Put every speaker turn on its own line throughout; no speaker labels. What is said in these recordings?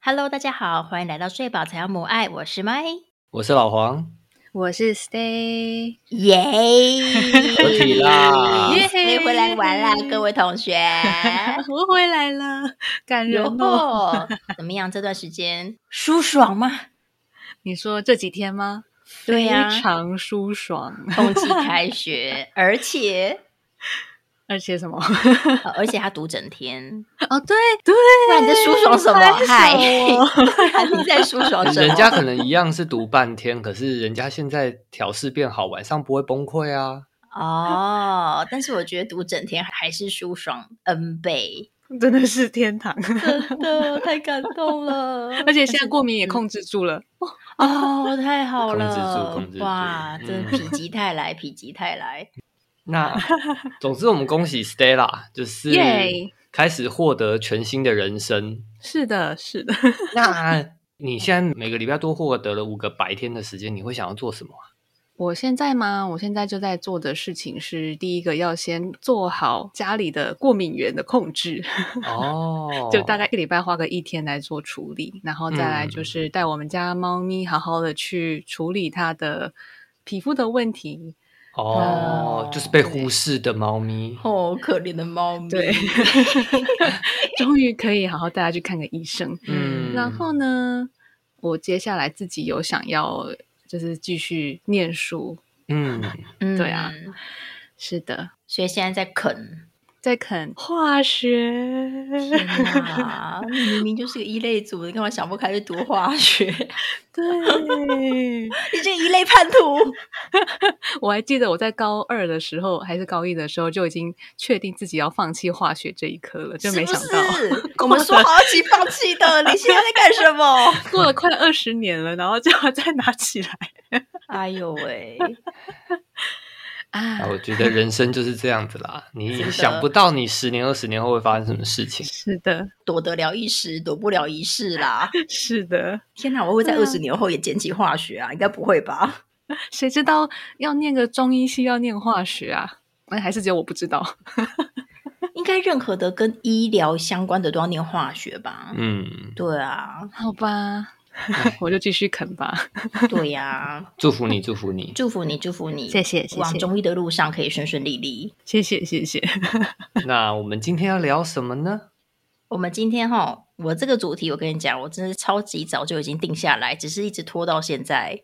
Hello，大家好，欢迎来到睡饱才要母爱，我是麦，
我是老黄，
我是 Stay，
耶，
合体啦！
耶
可以回来玩啦，各位同 学。
啊我回来了，感人哦！
后怎么样？这段时间 舒爽吗？
你说这几天吗？
对呀、
非常舒爽，
冬季开 学，而且、
而且什么？
呃而且他读整天，
哦，对对，
不然你在舒爽什么？嗨，
哦
你在舒爽什么？
人家可能一样是读半天，可是人家现在调试变好，晚上不会崩溃啊。
哦，但是我觉得读整天还是舒爽 N 倍，
真的嗯是天堂，
真的太感动了
而且现在过敏也控制住了，
哦，太好
控制住
了！
控制住
哇，真的
嗯
否极泰来，否极泰来！
那总之，我们恭喜 Stella，就是
耶
开始获得全新的人生。
是的，是的。
那你现在每个礼拜多获得了五个白天的时间，你会想要做什么啊？
我现在吗？我现在就在做的事情是，第一个要先做好家里的过敏源的控制，
哦
就大概一礼拜花个一天来做处理，然后再来就是带我们家猫咪好好的去处理它的皮肤的问题。
哦，就是被忽视的猫咪。
哦，可怜的猫咪。
对， 终于可以好好带它去看个医生。
嗯，
然后呢，我接下来自己有想要就是继续念书，
嗯，
嗯
对啊，是的，
所以现在在啃。
在啃化学，
天哪，你明明就是个一类组，你干嘛想不开去读化学？你
对。
这个一类 叛徒！
我还记得我在高二的时候，还是高一的时候，就已经确定自己要放弃化学这一科了，就是没
不
想到
是我们说好一起放弃的，你现在在干什么？
过了快二十年了，然后就要再拿 起来
哎呦喂，
啊
啊我觉得人生就是这样子 啦，
真
你
的
想不到你十年、二十年后会发生什么事情。
是的，
躲得了一时，躲不了一世啦！
是的，
天哪，我会在
对
二
啊
十年后也捡起化学啊？应该不会吧？
谁知道要念个中医系要念化学啊？哎，还是只有我不知 道。，
应该任何的跟医疗相关的都要念化学吧？
嗯，
对啊
好吧，我就继续啃吧。
对呀、
祝福你，祝 福你。
祝福你，祝福你，
谢谢谢谢
往中医的路上可以顺顺利利。
谢谢谢谢。
那我们今天要聊什么呢？
我们今天哈，我这个主题我跟你讲，我真的超级早就已经定下来，只是一直拖到现在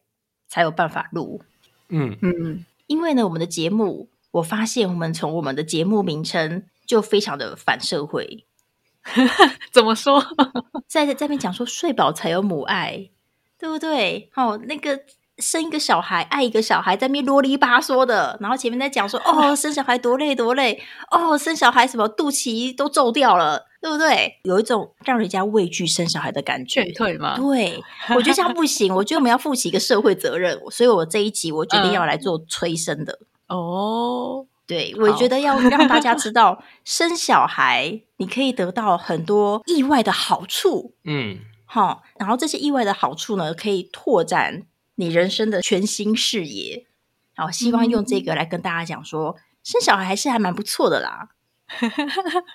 才有办法录。
嗯，
嗯，
因为呢，我们的节目，我发现我们从我们的节目名称就非常的反社会，
怎么说？
在在那边讲说睡饱才有母爱，对不对？哦，那个生一个小孩，爱一个小孩，在那边啰里吧嗦的，然后前面在讲说哦，生小孩多累多累，哦，生小孩什么肚脐都皱掉了，对不对？有一种让人家畏惧生小孩的感觉
劝。退吗？
对，我觉得这样不行，我觉得我们要负起一个社会责任，所以我这一集我决定
嗯
要来做催生的。
哦，
对，我觉得要让大家知道，生小孩你可以得到很多意外的好处，
嗯，
哈、然后这些意外的好处呢，可以拓展你人生的全新视野。好，希望用
嗯
这个来跟大家讲说，生小孩还是还蛮不错的啦。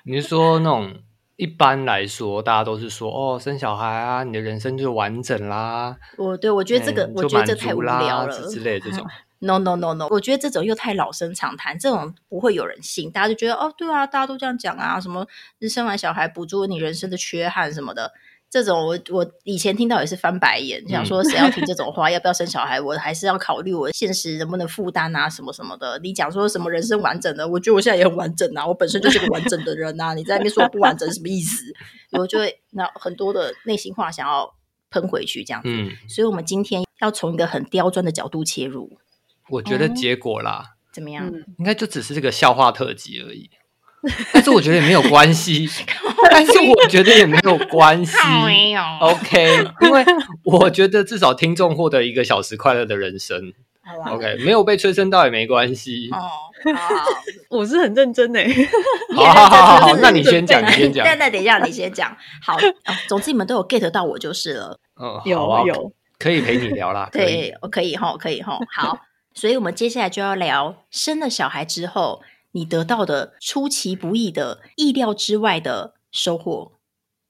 你是说那种一般来说，大家都是说哦，生小孩啊，你的人生就完整啦。
我对我觉得这个，
嗯
我
就
觉得这
满足
太无
啦
聊了
之。之类的 这种。
No no no no，我觉得这种又太老生常谈，这种不会有人信。大家就觉得哦，对啊，大家都这样讲啊，什么生完小孩补足你人生的缺憾什么的，这种我我以前听到也是翻白眼，想说谁要听这种话，要不要生小孩？我还是要考虑我现实能不能负担啊，什么什么的。你讲说什么人生完整的，我觉得我现在也很完整啊，我本身就是个完整的人啊，你在那边说我不完整什么意思？我就会那很多的内心话想要喷回去这样子，
嗯，
所以我们今天要从一个很刁钻的角度切入。
我觉
哦
得结果啦，
怎么样？
嗯，
应该就只是这个笑话特辑而已。 但是我觉得也没有 关系，但是我觉得也没有关系。
有
OK，因 为我觉得至少听众获得一个小时快乐的人生。
好吧
OK，没有被催生到也没关系。
哦，好，
我是很认真欸诶。
好好好好 好，
就是
那你先讲，你先讲。
但等一下，你先讲。好，哦总之你们都有 get 到我就是了。
嗯，好啊
有，有，
可以陪你聊啦。可以，
对，我可以吼，可以吼。好，所以我们接下来就要聊生了小孩之后，你得到的出其不意的、意料之外的收获。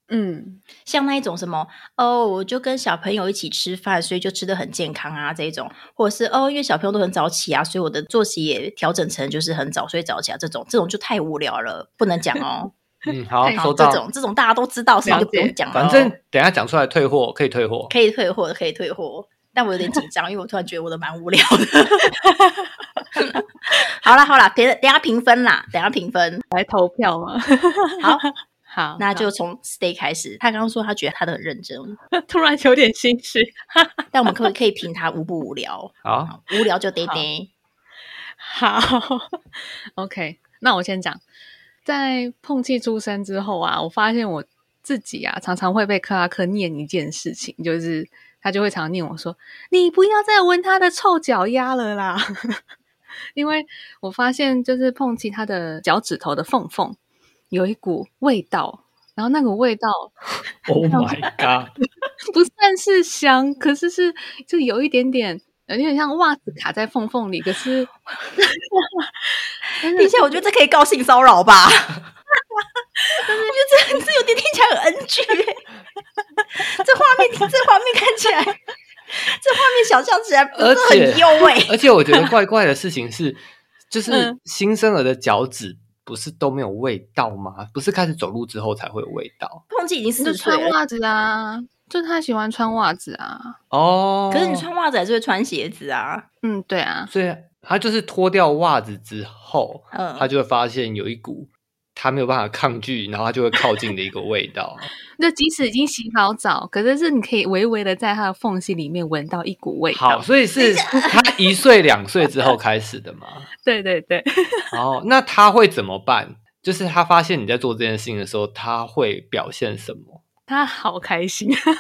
嗯，
像那一种什么哦，我就跟小朋友一起吃饭，所以就吃的很健康啊，这一种，或者是哦，因为小朋友都很早起啊，所以我的作息也调整成就是很早睡早起啊，这种这种就太无聊了，不能讲哦。
嗯，好，
太好
收
这
到。
种这种大家都知道，所以就不
了
用
解
讲了哦。
反正等一下讲出来退货可以退货。
可以退货，可以退货。但我有点紧张，因为我突然觉得我的蛮无聊的。 好啦好啦，等等一下评分啦，等一下评分。
来投票吗？
好，
好，
那就从 stay 开始。他刚刚说他觉得他的很认真，
好突然有点心虚。
但我们可不可以评他无不无聊？
好，
好无聊就 day day。
好，OK，那我先讲，在碰气出生之后啊，我发现我自己啊，常常会被克拉克念一件事情，就是他就会常念我说：“你不要再闻他的臭脚丫了啦。” 因为我发现，就是碰气他的脚趾头的缝缝有一股味道，然后那股味道
Oh my god！
不算是香，可是是就有一点点，有点像袜子卡在缝缝里，可是
等一下，我觉得这可以告性骚扰 吧？我觉得这这有点听起来很 NG 欸、这画面，这画面看起来，这画面想象起来不
而
是
且
很优哎、
而 且我觉得怪怪的事 情是，就是
嗯
新生儿的脚趾不是都没有味道吗？不是开始走路之后才会有味道
碰气已经
你就
四岁
穿
了，
袜子啊，就他喜欢穿袜子啊。
哦。
可是你，穿袜子还是会穿鞋子啊，
嗯，对啊，
所以他就是脱掉袜子之后，
嗯，
他就会发现有一股他没有办法抗拒，然后他就会靠近的一个味 道。
就即使已经洗好澡，可是是你可以微微的在它的缝隙里面闻到一股味
好，
道。
所以 是他一岁两岁之后开始的嘛？
对对对，
哦，那他会怎么办？就是他发现你在做这件事情的时候，他会表现什么？
他好开心。
什么意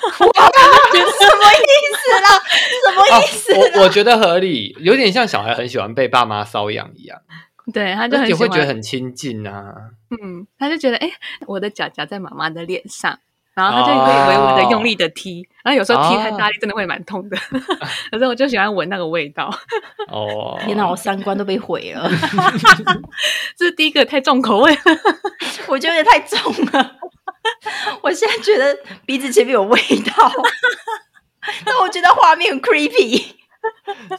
思啦？什
哦
么意思？
啊我我觉得合理，有点像小孩很喜欢被爸妈瘙痒一样，
对，他就
而
很
且
喜
会
欢，
觉得很亲近 啊。
嗯，他就觉得哎、我的脚夹在妈妈的脸上，然后他
哦
就会微微的用力的踢，然后有时候踢太大力真的会蛮痛的， 可是我就喜欢闻那个味道。
哦，
天哪，我三观都被毁了，
这是第一个太重口味了，
我觉得有点太重了。我现在觉得鼻子前面有味道， 但我觉得画面很 creepy。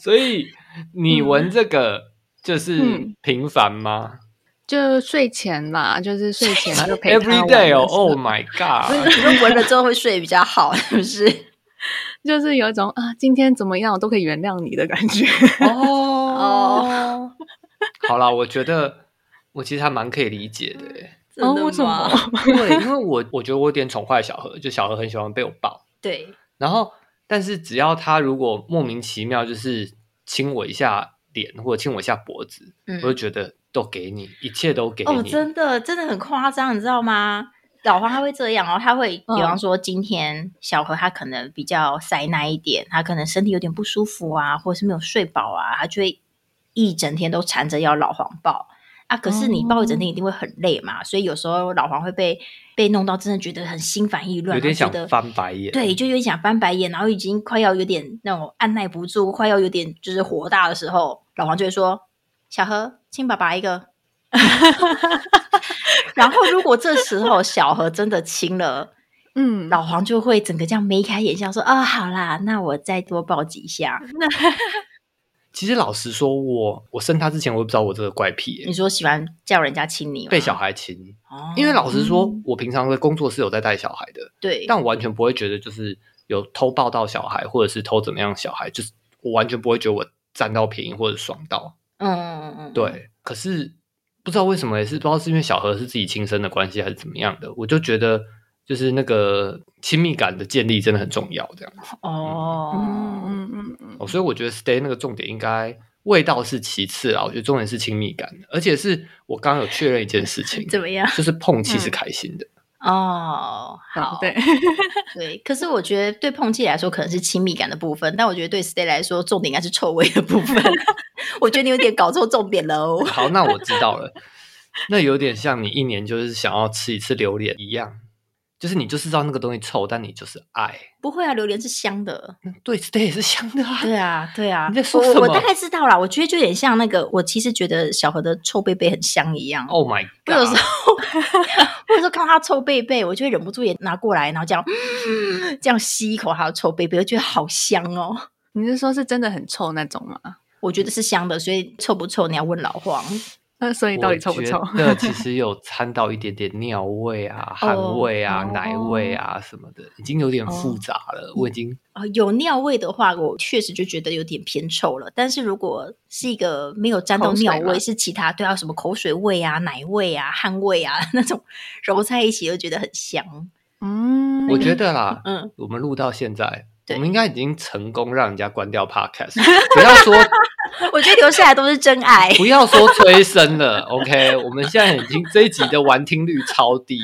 所以你闻这个就是
嗯
频繁吗、
就睡前啦，就 是睡前就陪
e
他
v e r
玩
y day
的
哦
时候
，Oh my god！
你说闻了之后会睡比较好，是不是？
就是有一种啊，今天怎么样我都可以原谅你的感觉。
哦，好啦，我觉得我其实还蛮可以理解的耶，
真的
哦为什
吗？
么？
对，因为我我觉得我有点宠坏小何，就小何很喜欢被我抱。
对，
然后，但是只要他如果莫名其妙就是亲我一下脸或者亲我一下脖子，
嗯
我就觉得都给你，一切都给你。
哦，真的真的很夸张，你知道吗？老花他会这样哦，他会比
嗯
方说今天小何他可能比较塞奶一点，他可能身体有点不舒服啊，或者是没有睡饱啊，他就会一整天都缠着要老黄抱啊。可是你抱一整天一定会很累嘛，所以有时候老黄会被被弄到真的觉得很心烦意乱，
有点
他觉
想
得
翻白眼。
对，就有点想翻白眼，然后已经快要有点那种按耐不住，快要有点就是火大的时候，老黄就会说：“小何，亲爸爸一 个。” 然后如果这时候小何真的亲了，
嗯，
老黄就会整个这样眉开眼笑说：“啊、好啦，那我再多抱几下。
其实老实说我，我生他之前，我也不知道我这个怪”癖耶、
你说喜欢叫人家亲你吗？
被小孩亲。
哦，
因为老实说，
嗯
我平常的工作是有在带小孩的，
对，
但我完全不会觉得就是有偷抱到小孩，或者是偷怎么样小孩，就是我完全不会觉得我占到便宜或者爽到。
嗯嗯嗯，嗯，
对，可是不知道为什么，也是不知道是因为小何是自己亲生的关系还是怎么样的，我就觉得就是那个亲密感的建立真的很重要，这样子、
哦，嗯
嗯嗯嗯
哦。所以我觉得 stay 那个重点应该味道是其次啊，我觉得重点是亲密感，而且是我刚刚有确认一件事情，
怎么样？嗯
就是碰气是开心的，
哦，好，
对，
对，可是我觉得对碰气来说可能是亲密感的部分，但我觉得对 Stay 来说重点应该是臭味的部 分。我觉得你有点搞错重点了哦。
好，那我知道了。那有点像你一年就是想要吃一次榴莲一样，就是你就是知道那个东西臭，但你就是爱。
不会啊，榴莲是香的。
对，这也是香的啊。
对啊，对啊。
你在说
我
什
我
么
大概知道啦，我觉得就有点像那个，我其实觉得小何的臭贝贝很香一样。
Oh my
我有时
god！
候，我有时候看到他臭贝贝，我就会忍不住也拿过来，然后这样、嗯这样吸一口他的臭贝贝，我觉得好香哦。
你是说是真的很臭那种吗？
我觉得是香的，所以臭不臭你要问老黄。
那呃所以到底臭不臭？
那其实有掺到一点点尿味啊、 汗味啊、
哦
奶味啊什么的，已经有点复杂了。我已经
哦，有尿味的话，我确实就觉得有点偏臭了。但是如果是一个没有沾到
口水
尿
吗
味，是其他对啊，什么口水味啊、奶味啊、汗味啊 那种揉在一起，就觉得很香。
嗯，
我觉得啦，
嗯，
我们录到现在，
对
我们应该已经成功让人家关掉 podcast，不要说
我觉得留下来都是真爱。
不要说催生了，OK？我们现在已经这一集的完听率超低，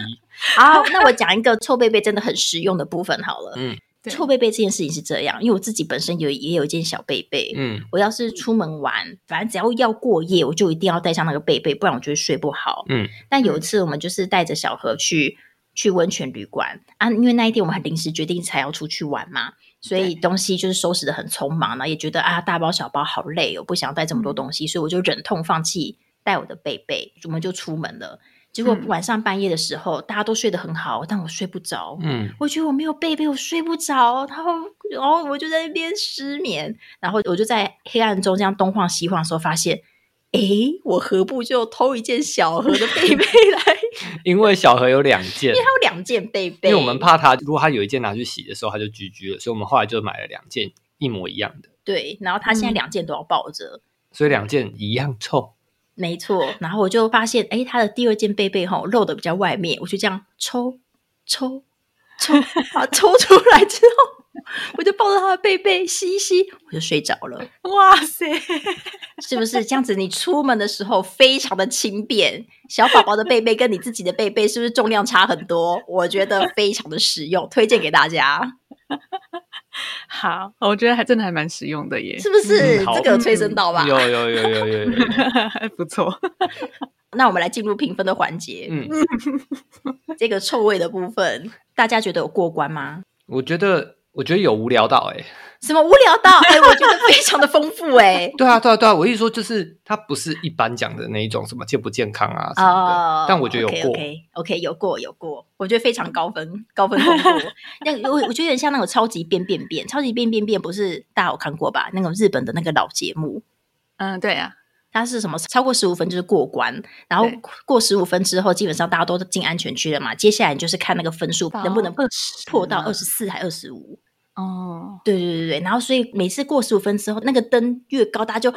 好，那我讲一个臭贝贝真的很实用的部分好了。
嗯
对
臭贝贝这件事情是这样，因为我自己本身有也有一件小贝贝。
嗯
我要是出门玩，反正只要要过夜，我就一定要带上那个被被，不然我就会睡不好。
嗯，
但有一次我们就是带着小何去去温泉旅馆啊，因为那一天我们很临时决定才要出去玩嘛，所以东西就是收拾的很匆忙，然后也觉得啊大包小包好累哦，不想带这
嗯
么多东西，所以我就忍痛放弃带我的被被，我们就出门了。结果
嗯
晚上半夜的时候，大家都睡得很好，但我睡不着。
嗯，
我觉得我没有被被，我睡不着，然后然后我就在那边失眠，然后我就在黑暗中这样东晃西晃的时候，发现，诶，我何不就偷一件小何的被被来？
因为小何有两件
因为。他有两件被被，
因为我们怕他，如果他有一件拿去洗的时候，他就 GG 了，所以我们后来就买了两件一模一样的，
对，然后他现在
嗯
两件都要抱着，
所以两件一样臭。
没错，然后我就发现，诶，他的第二件被被吼露的比较外面，我就这样抽抽抽，把它抽出来之后，我就抱着他的被被吸一吸，我就睡着了。
哇 塞，
是不是这样子？你出门的时候非常的轻便，小宝宝的贝贝跟你自己的贝贝是不是重量差很多？我觉得非常的实用，推荐给大家，
好，我觉得还真的还蛮实用的耶，
是不是？
嗯好
这个有催生到吧？
有有有有有有有，
不错。
那我们来进入评分的环节，
嗯，
这个臭味的部分，大家觉得有过关吗？
我觉得我觉得有无聊到哎、欸，
什么无聊到？哎、我觉得非常的丰富哎、
对啊对啊对啊，我意思说就是它不是一般讲的那一种什么健不健康啊什么的，但我觉得有过
o k o k 有过有过，我觉得非常高分，高分公布。那我我觉得有点像那种超级变变变，超级变变变不是大家有看过吧？那种日本的那个老节目，
嗯，对呀、
它是什么？超过十五分就是过关，然后
对
过十五分之后，基本上大家都进安全区了嘛。接下来你就是看那个分数
到
能不能
20
破到
了
二十四还二十五。
啊，哦，
对对对对，然后所以每次过十五分之后，那个灯越高，大家就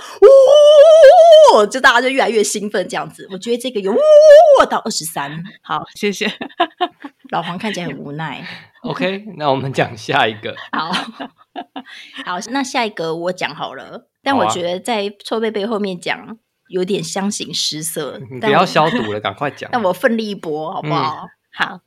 呜，就大家就越来越兴奋这样子。我觉得这个有呜到二十三，
好，谢谢。
老黄看起来很无奈。
OK，那我们讲下一个，
好，好，那下一个我讲好了，但
好啊
我觉得在臭贝贝后面讲有点相形失色
你，不
但
要嗯
我
消毒了，赶快讲。
但我奋力一搏，好不好？
好，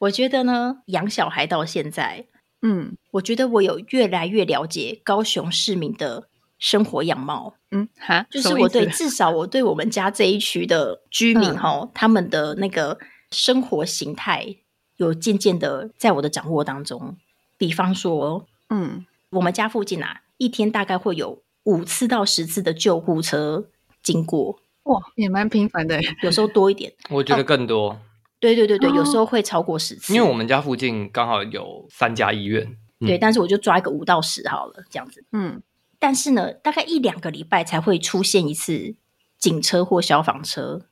我觉得呢，养小孩到现在，
嗯
我觉得我有越来越了解高雄市民的生活样貌。
嗯，哈，
就是
什么
我
意思
对，至少我对我们家这一区的居民
嗯
哈、他们的那个生活形态有渐渐的在我的掌握当中。比方说，
嗯，
我们家附近啊，一天大概会有五次到十次的救护车经过，
哇，也蛮频繁的耶，
有时候多一点。
我觉得更多，
对对对对，
哦
有时候会超过十次。
因为我们家附近刚好有三家医院，嗯
对，但是我就抓一个五到十好了，这样子。
嗯，
但是呢，大概一两个礼拜才会出现一次警车或消防车，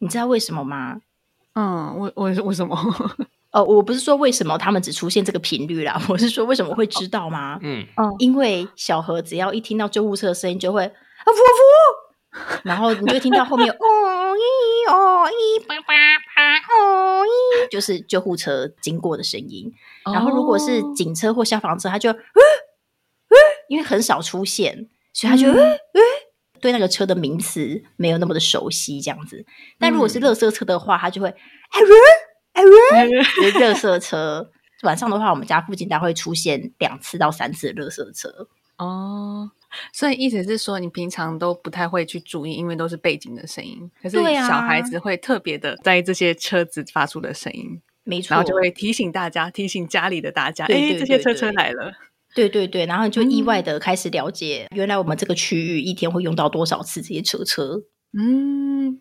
你知道为什么吗？
嗯，我我为什么？
呃，我不是说为什么他们只出现这个频率啦， 我是说为什么会知道吗？
嗯，
因为小何只要一听到救护车的声音，就会啊呜呜，然后你就会听到后 面哦一哦一叭叭叭哦 一，就是救护车经过的声音。然后如果是
哦
警车或消防车，他就、呃呃，因为很少出现，所以他就、
嗯
呃呃对那个车的名词没有那么的熟悉这样子。但如果是
嗯
垃圾车的话，他就会哎喂哎喂。就是热色车。 晚上的话，我们家附近大概会出现两次到三次的热色车。
哦，所以意思是说，你平常都不太会去注意，因为都是背景的声音。可是
对啊
小孩子会特别的在意这些车子发出的声音。
没错，
然后就会提醒大家，提醒家里的大家，
对对
哎，这些
对
车车
对
来 了。
对对对，然后你就意
嗯
外的开始了解，原来我们这个区域一天会用到多少次这些车车，
嗯，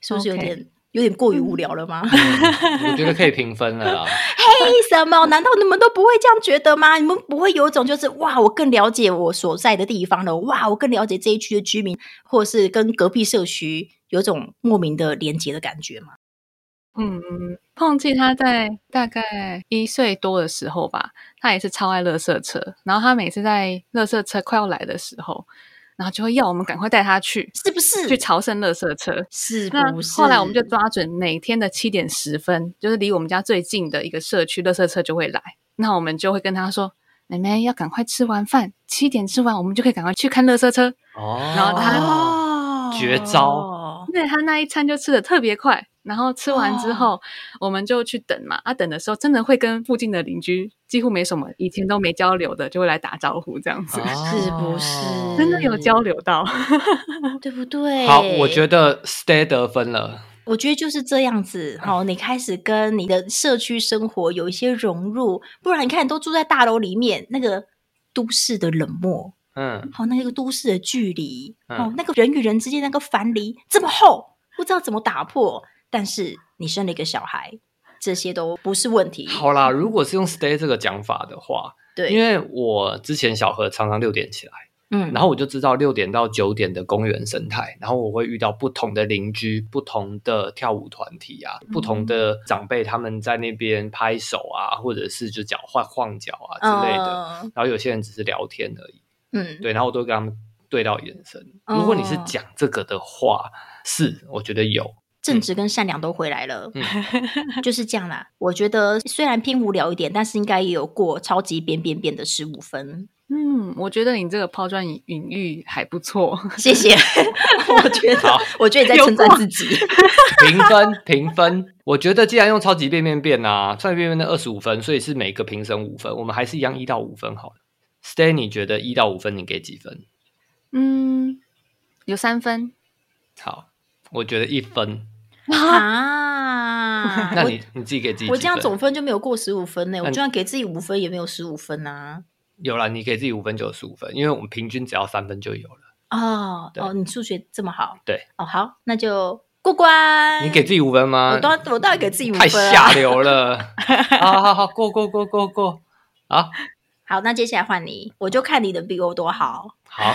是不是有
OK
点有点过于无聊了吗？
嗯我觉得可以评分了啦。
为什么？难道你们都不会这样觉得吗？你们不会有一种就是哇，我更了解我所在的地方了，哇，我更了解这一区的居民，或者是跟隔壁社区有一种莫名的连结的感觉吗？
嗯，碰见他在大概一岁多的时候吧，他也是超爱垃圾车。然后他每次在垃圾车快要来的时候，然后就会要我们赶快带他去
是不是
去？朝圣垃圾车。
是
那
不是？
后来我们就抓准每天的七点十分，就是离我们家最近的一个社区，垃圾车就会来。那我们就会跟他说：“妹妹要赶快吃完饭，七点吃完，我们就可以赶快去看垃圾车。
哦，
然后他
哦
绝招
对他那一餐就吃的特别快，然后吃完之后，我们就去等嘛。啊，等的时候真的会跟附近的邻居几乎没什么，以前都没交流的，就会来打招呼这样子，
是不是
真的有交流到。
对不对？
好，我觉得 stay 得分了。
我觉得就是这样子，好、你开始跟你的社区生活有一些融入，不然你看你都住在大楼里面，那个都市的冷漠，
嗯，
好、那个都市的距离，
嗯
哦，那个人与人之间那个樊篱这么厚，不知道怎么打破。但是你生了一个小孩，这些都不是问题。
好啦，如果是用 stay 这个讲法的话，
对，
因为我之前小何常常六点起来，
嗯，
然后我就知道六点到九点的公园生态，然后我会遇到不同的邻居、不同的跳舞团体啊、不同的
嗯
长辈，他们在那边拍手啊，或者是就脚晃晃脚啊之类的。
嗯
然后有些人只是聊天而已，
嗯，
对，然后我都会跟他们对到眼神。如果你是
哦
讲这个的话，是我觉得有，
正直跟善良都回来了，
嗯
就是这样啦。我觉得虽然偏无聊一点，但是应该也有过超级边边边的十五分。
嗯，我觉得你这个抛砖引引玉还不错。
谢 谢，我觉得
好，
我觉得你在称赞自己。
评分评分，我觉得既然用超级变变变啊，超级变变的二十五分，所以是每个评审五分，我们还是一样一到五分好了。Stay，你觉得一到五分你给几分？
嗯，有三 分，
好，我觉得一分。
啊，
那你你自己给自己
我我
几
这样
分
总分就没有过十五分呢、
那
我
你
就算给自己五分也没有十五分啊。
有啦，你给自己五分就是五分，因为我们平均只要三分就有了。
哦
对
哦，你数学这么好，
对，
哦好，那就过关。
你给自己五分吗
哎我？当我当然给自己五
太
分、啊
下。流了。好好好，过过过过过。好
好，那接下来换你，我就看你的比我多好。
好，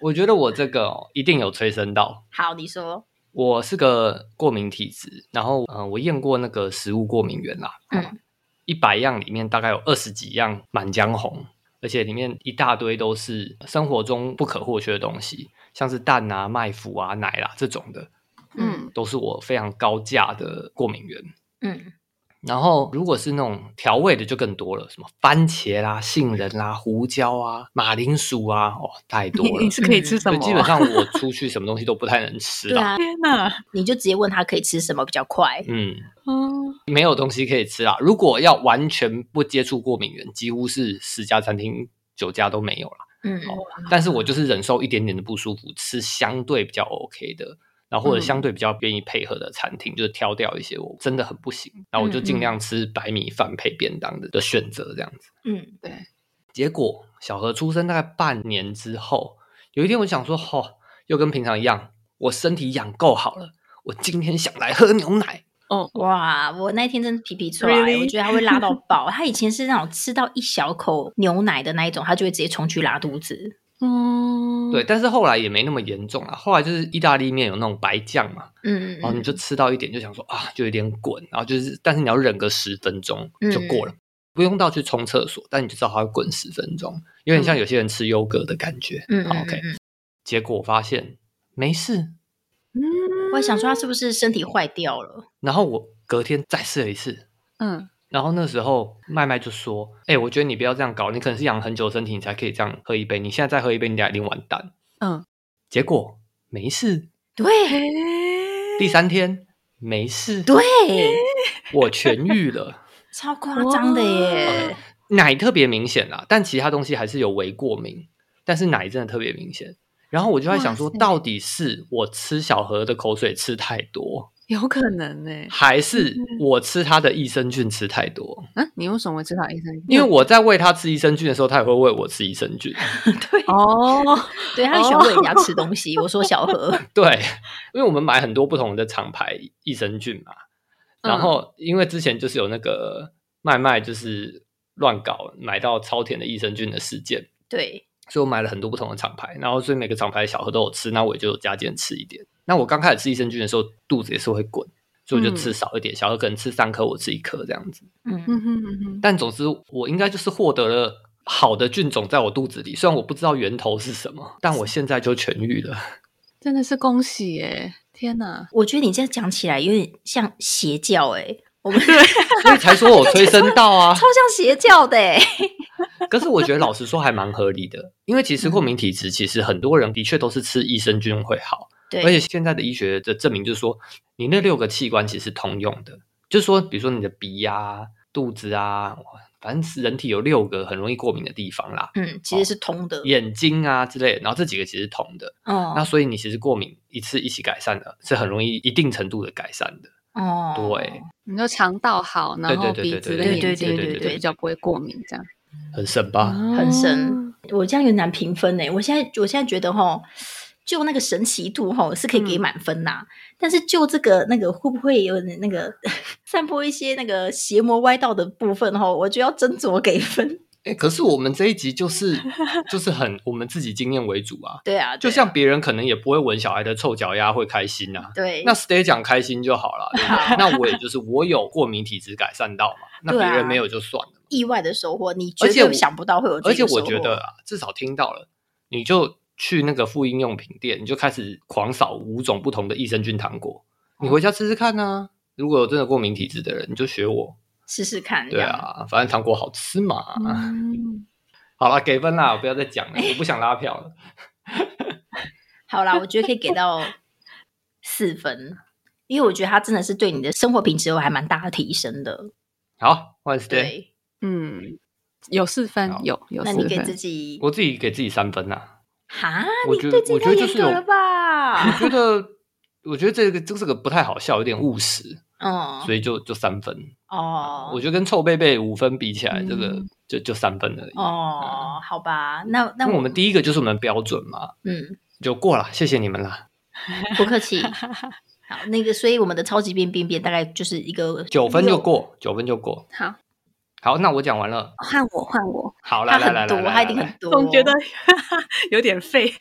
我觉得我这个、哦、一定有催生到。
好，你说，
我是个过敏体质，然后嗯、呃我验过那个食物过敏源啦，哦
嗯
一百样里面大概有二十几样满江红，而且里面一大堆都是生活中不可或缺的东西，像是蛋啊、麦麸啊、奶啦、这种的，
嗯
嗯
都是我非常高价的过敏源。
嗯
然后如果是那种调味的就更多了，什么番茄啦、杏仁啦、胡椒啊、马铃薯啊，哦，太多
你
了
你。是可以吃什
所
么
以
啊？
基本上我出去什么东西都不太能吃
对
啦。
啊，
天哪，
你就直接问他可以吃什么比较快。
嗯，
嗯，
没有东西可以吃啦。如果要完全不接触过敏源，几乎是十家餐厅九家都没有啦。
嗯
啊
但是我就是忍受一点点的不舒服，吃相对比较 OK 的，然后或者
嗯
相对比较愿意配合的餐厅，就是挑掉一些我真的很不行，然后我就
嗯
尽量吃白米饭配便当的的选择这样子。
嗯
对，
结果小何出生大概半年之后，有一天我想说，吼、又跟平常一样，我身体养够好了，我今天想来喝牛奶。
哦，
哇，我那天真是皮皮出来
Really？
我觉得他会拉到爆。他以前是那种吃到一小口牛奶的那一种，他就会直接冲去拉肚子。
嗯，
对，，但是后来也没那么严重了。后来就是意大利面有那种白酱嘛，
嗯，
然后哦你就吃到一点就想说啊，就有点滚，然后就是，但是你要忍个十分钟就
嗯
过了，不用到去冲厕所，但你就知道它会滚十分钟，有点像有些人吃优格的感觉。
嗯
好，OK。结果我发现没事，
嗯，
我还想说他是不是身体坏掉了？
然后我隔天再试了一次，
嗯，
然后那时候麦麦就说：“哎、我觉得你不要这样搞，你可能是养了很久的身体，你才可以这样喝一杯，你现在再喝一杯，你俩一定完蛋。”
嗯，
结果没事，
对
第三天没事，
对，
我痊愈了。
超夸张的耶！
奶特别明显啦，但其他东西还是有微过敏，但是奶真的特别明显。然后我就在想说，
哇塞
到底是我吃小何的口水吃太多，
有可能呢、
还是我吃它的益生菌吃太多？
嗯，你为什么会知道益生菌？
因为我在喂它吃益生菌的时候，它也会喂我吃益生菌。
哦，
对，他很喜欢喂人家吃东西。我说小何，
对，因为我们买很多不同的厂牌益生菌嘛，然后因为之前就是有那个麦麦就是乱搞买到超甜的益生菌的事件，
对，
所以我买了很多不同的厂牌，然后所以每个厂牌的小盒都有吃，那我也就有加减吃一点。那我刚开始吃益生菌的时候，肚子也是会滚，所以我就吃少一点，小盒可能吃三颗，我吃一颗这样子。
嗯，
嗯哼嗯哼，
但总之，我应该就是获得了。好的菌种在我肚子里，虽然我不知道源头是什么，但我现在就痊愈了。
真的是恭喜耶、天哪，
我觉得你这样讲起来有点像邪教哎、我们
所以才说 我催生到啊
超。像邪教的哎、
可是我觉得老实说还蛮合理的，因为其实
嗯
过敏体质，其实很多人的确都是吃益生菌会好，
对，
而且现在的医学的证明就是说，你那六个器官其实是通用的，就是说，比如说你的鼻呀、肚子啊，反正人体有六个很容易过敏的地方啦，
嗯，其实是通的，
眼睛啊之类的，然后这几个其实是通的，那
哦
所以你其实过敏一次一起改善的，是很容易一定程度的改善的，
哦，
对，
你说肠道好，然后
对
鼻
对对对
子跟
对啊
眼睛
对对对
就比较不会过敏，这样
很神吧？
很深。我这样有点难评分呢、欸我现在我现在觉得哈，就那个神奇度哈是可以给
嗯
满分呐、但是就这个那个会不会有点那个 散播一些那个邪魔歪道的部分哈，我就要斟酌给分。
哎、可是我们这一集就是就是很我们自己经验为主啊，
对啊，
就
对啊
像别人可能也不会闻小孩的臭脚丫会开心啊。
对
那 stay 讲开心就好了，对不对那我也就是我有过敏体质改善到嘛，那
对
别
啊
人没有就算了。
意外的收获，你
而
绝
且我
对想不到会有
而
这
且
个
我
收获。
觉得啊，至少听到了，你就去那个妇婴用品店，你就开始狂扫五种不同的益生菌糖果，你回家吃吃看啊。如果有真的过敏体质的人，你就学我，
试试看，
对，啊，反正糖果好吃嘛。
嗯，
好了，给分啦，我不要再讲了，我不想拉票了。
好啦，我觉得可以给 到四分，因为我觉得它真的是对你的生活品质有还蛮大的提升的。
好，换 stay，
对，
嗯，有四分
好，
有有
那
四
你给自
分，
己
我自己给自己三分啦。
哈，
我
你
觉
对自
得
己
我觉
太
得就
严
是
格
有
了吧？
我觉得， 我觉得这个这个不太好笑，有点务实，
嗯，
所以就就三分。
哦，
我觉得跟臭贝贝五分比起来，
嗯
这个就就三分而已。
哦，好吧，那那
因为我们第一个就是我们的标准嘛，
嗯，
就过了，谢谢你们啦，
不客 气。好，那个，所以我们的超级变变变大概就是一个
九分就
六，
过，九分就过。
好，
好，那我讲完了。
换我换我，
好，来
哦他
来来
很多，
来来，
他一定
来
很多，
总觉得 有点废。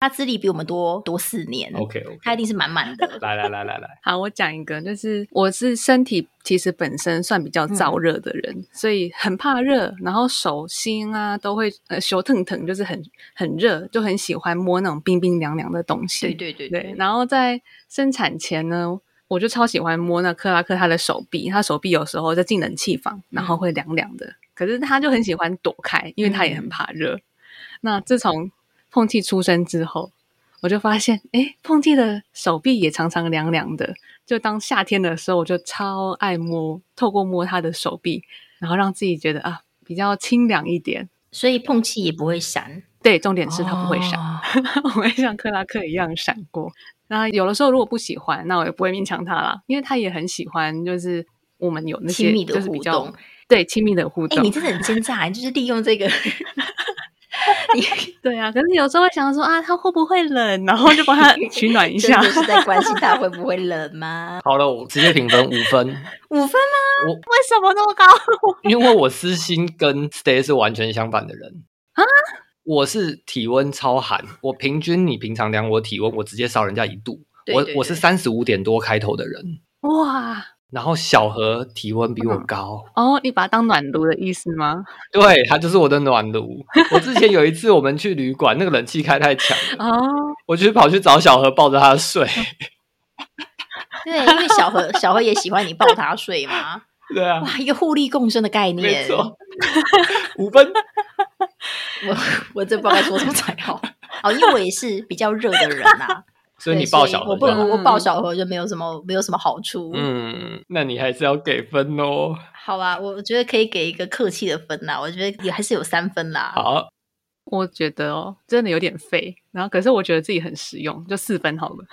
他资历比我们多多四年，
OK OK，
他一定是满满的。
来来来来来，
好，我讲一个，就是我是身体其实本身算比较燥热的人，所以很怕热，然后手心啊都会呃手腾腾，就是很很热，就很喜欢摸那种冰冰凉凉的东
对
西。
对对
对，然后在生产前呢，我就超喜欢摸那克拉克他的手臂，他手臂有时候在进冷气房，然
嗯
后会凉凉的，可是他就很喜欢躲开，因为他
嗯
也很怕热。那自从碰气出生之后，我就发现，哎，碰气的手臂也常常凉凉的。就当夏天的时候，我就超爱摸，透过摸他的手臂，然后让自己觉得啊比较清凉一点。
所以碰气也不会闪，
对，重点是它不会闪。
哦
我会像克拉克一样闪过。那有的时候如果不喜欢，那我也不会勉强他啦，因为他也很喜欢，就是我们有那些
亲密的
就是
互
比较
动。
对亲密的互
哎、
动。
你真的很奸诈，你就是利用 这个
对啊，可是有时候会想说啊，他会不会冷，然后就帮他取暖 一
真
下
的。是在关心他会不会冷吗？
好了，我直接评分五分，
五分
我
为什么那么高？
因为我私心跟 Stay 是完全相反的人
啊。
我是体温超寒，我平均你平常量我体温，我直接少人家一度。
对对
我我是三十五点多开头的人，
哇！
然后小何体温比我
嗯
高，
哦，你把它当暖炉的意思 吗？
对他就是我的暖炉。我之前有一次我们去旅馆，那个冷气开太 强了，
哦，
我就跑去找小何抱着他睡。
对，因为小何小何也喜欢你抱他睡 嘛，
对啊，
哇，一个互利共生的概
没
念。
错，五分。
我我真不知道该说什么才好。哦，因为我也是比较热的人呐、 啊，
所以
对
你抱小
我
何
不
这样，
能我抱小何就没有什么没有什么好处。
嗯，那你还是要给分哦。
好吧，我觉得可以给一个客气的分啦，我觉得也还是有三分啦。
好，
我觉得哦，真的有点废。然后可是我觉得自己很实用，就四分好了。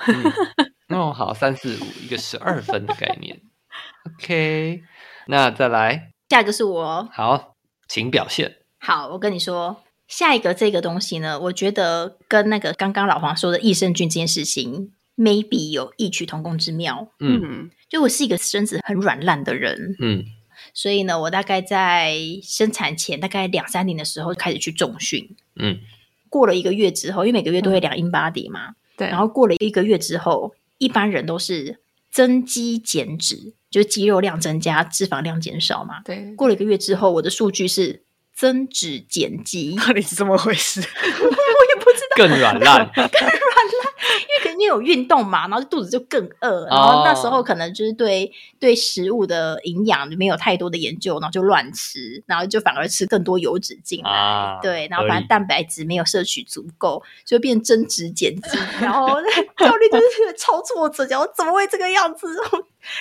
嗯哦，好，三四五，一个十二分的概念。OK，那再来，
下一个是我哦，
好，请表现。
好，我跟你说，下一个这个东西呢，我觉得跟那个刚刚老黄说的益生菌这件事情，maybe 有异曲同工之妙。
嗯
嗯
就我是一个身子很软烂的人，
嗯
所以呢，我大概在生产前大概两三年的时候开始去重训。
嗯，
过了一个月之后，因为每个月都会量 in body 嘛，
对，
然后过了一个月之后，一般人都是增肌减脂，就是肌肉量增加，脂肪量减少嘛。
对，
过了一个月之后，我的数据是增脂减肌。
到底是怎么回事？
更软烂。
因为肯定有运动嘛，然后肚子就更饿，然后那时候可能就是对对食物的营养没有太多的研究，然后就乱吃，然后就反而吃更多油脂进来，
啊
对，然后
合
反
理
正蛋白质没有摄取足够，就变增脂减肌，然后 教练就是超挫折，然后怎么会这个样子？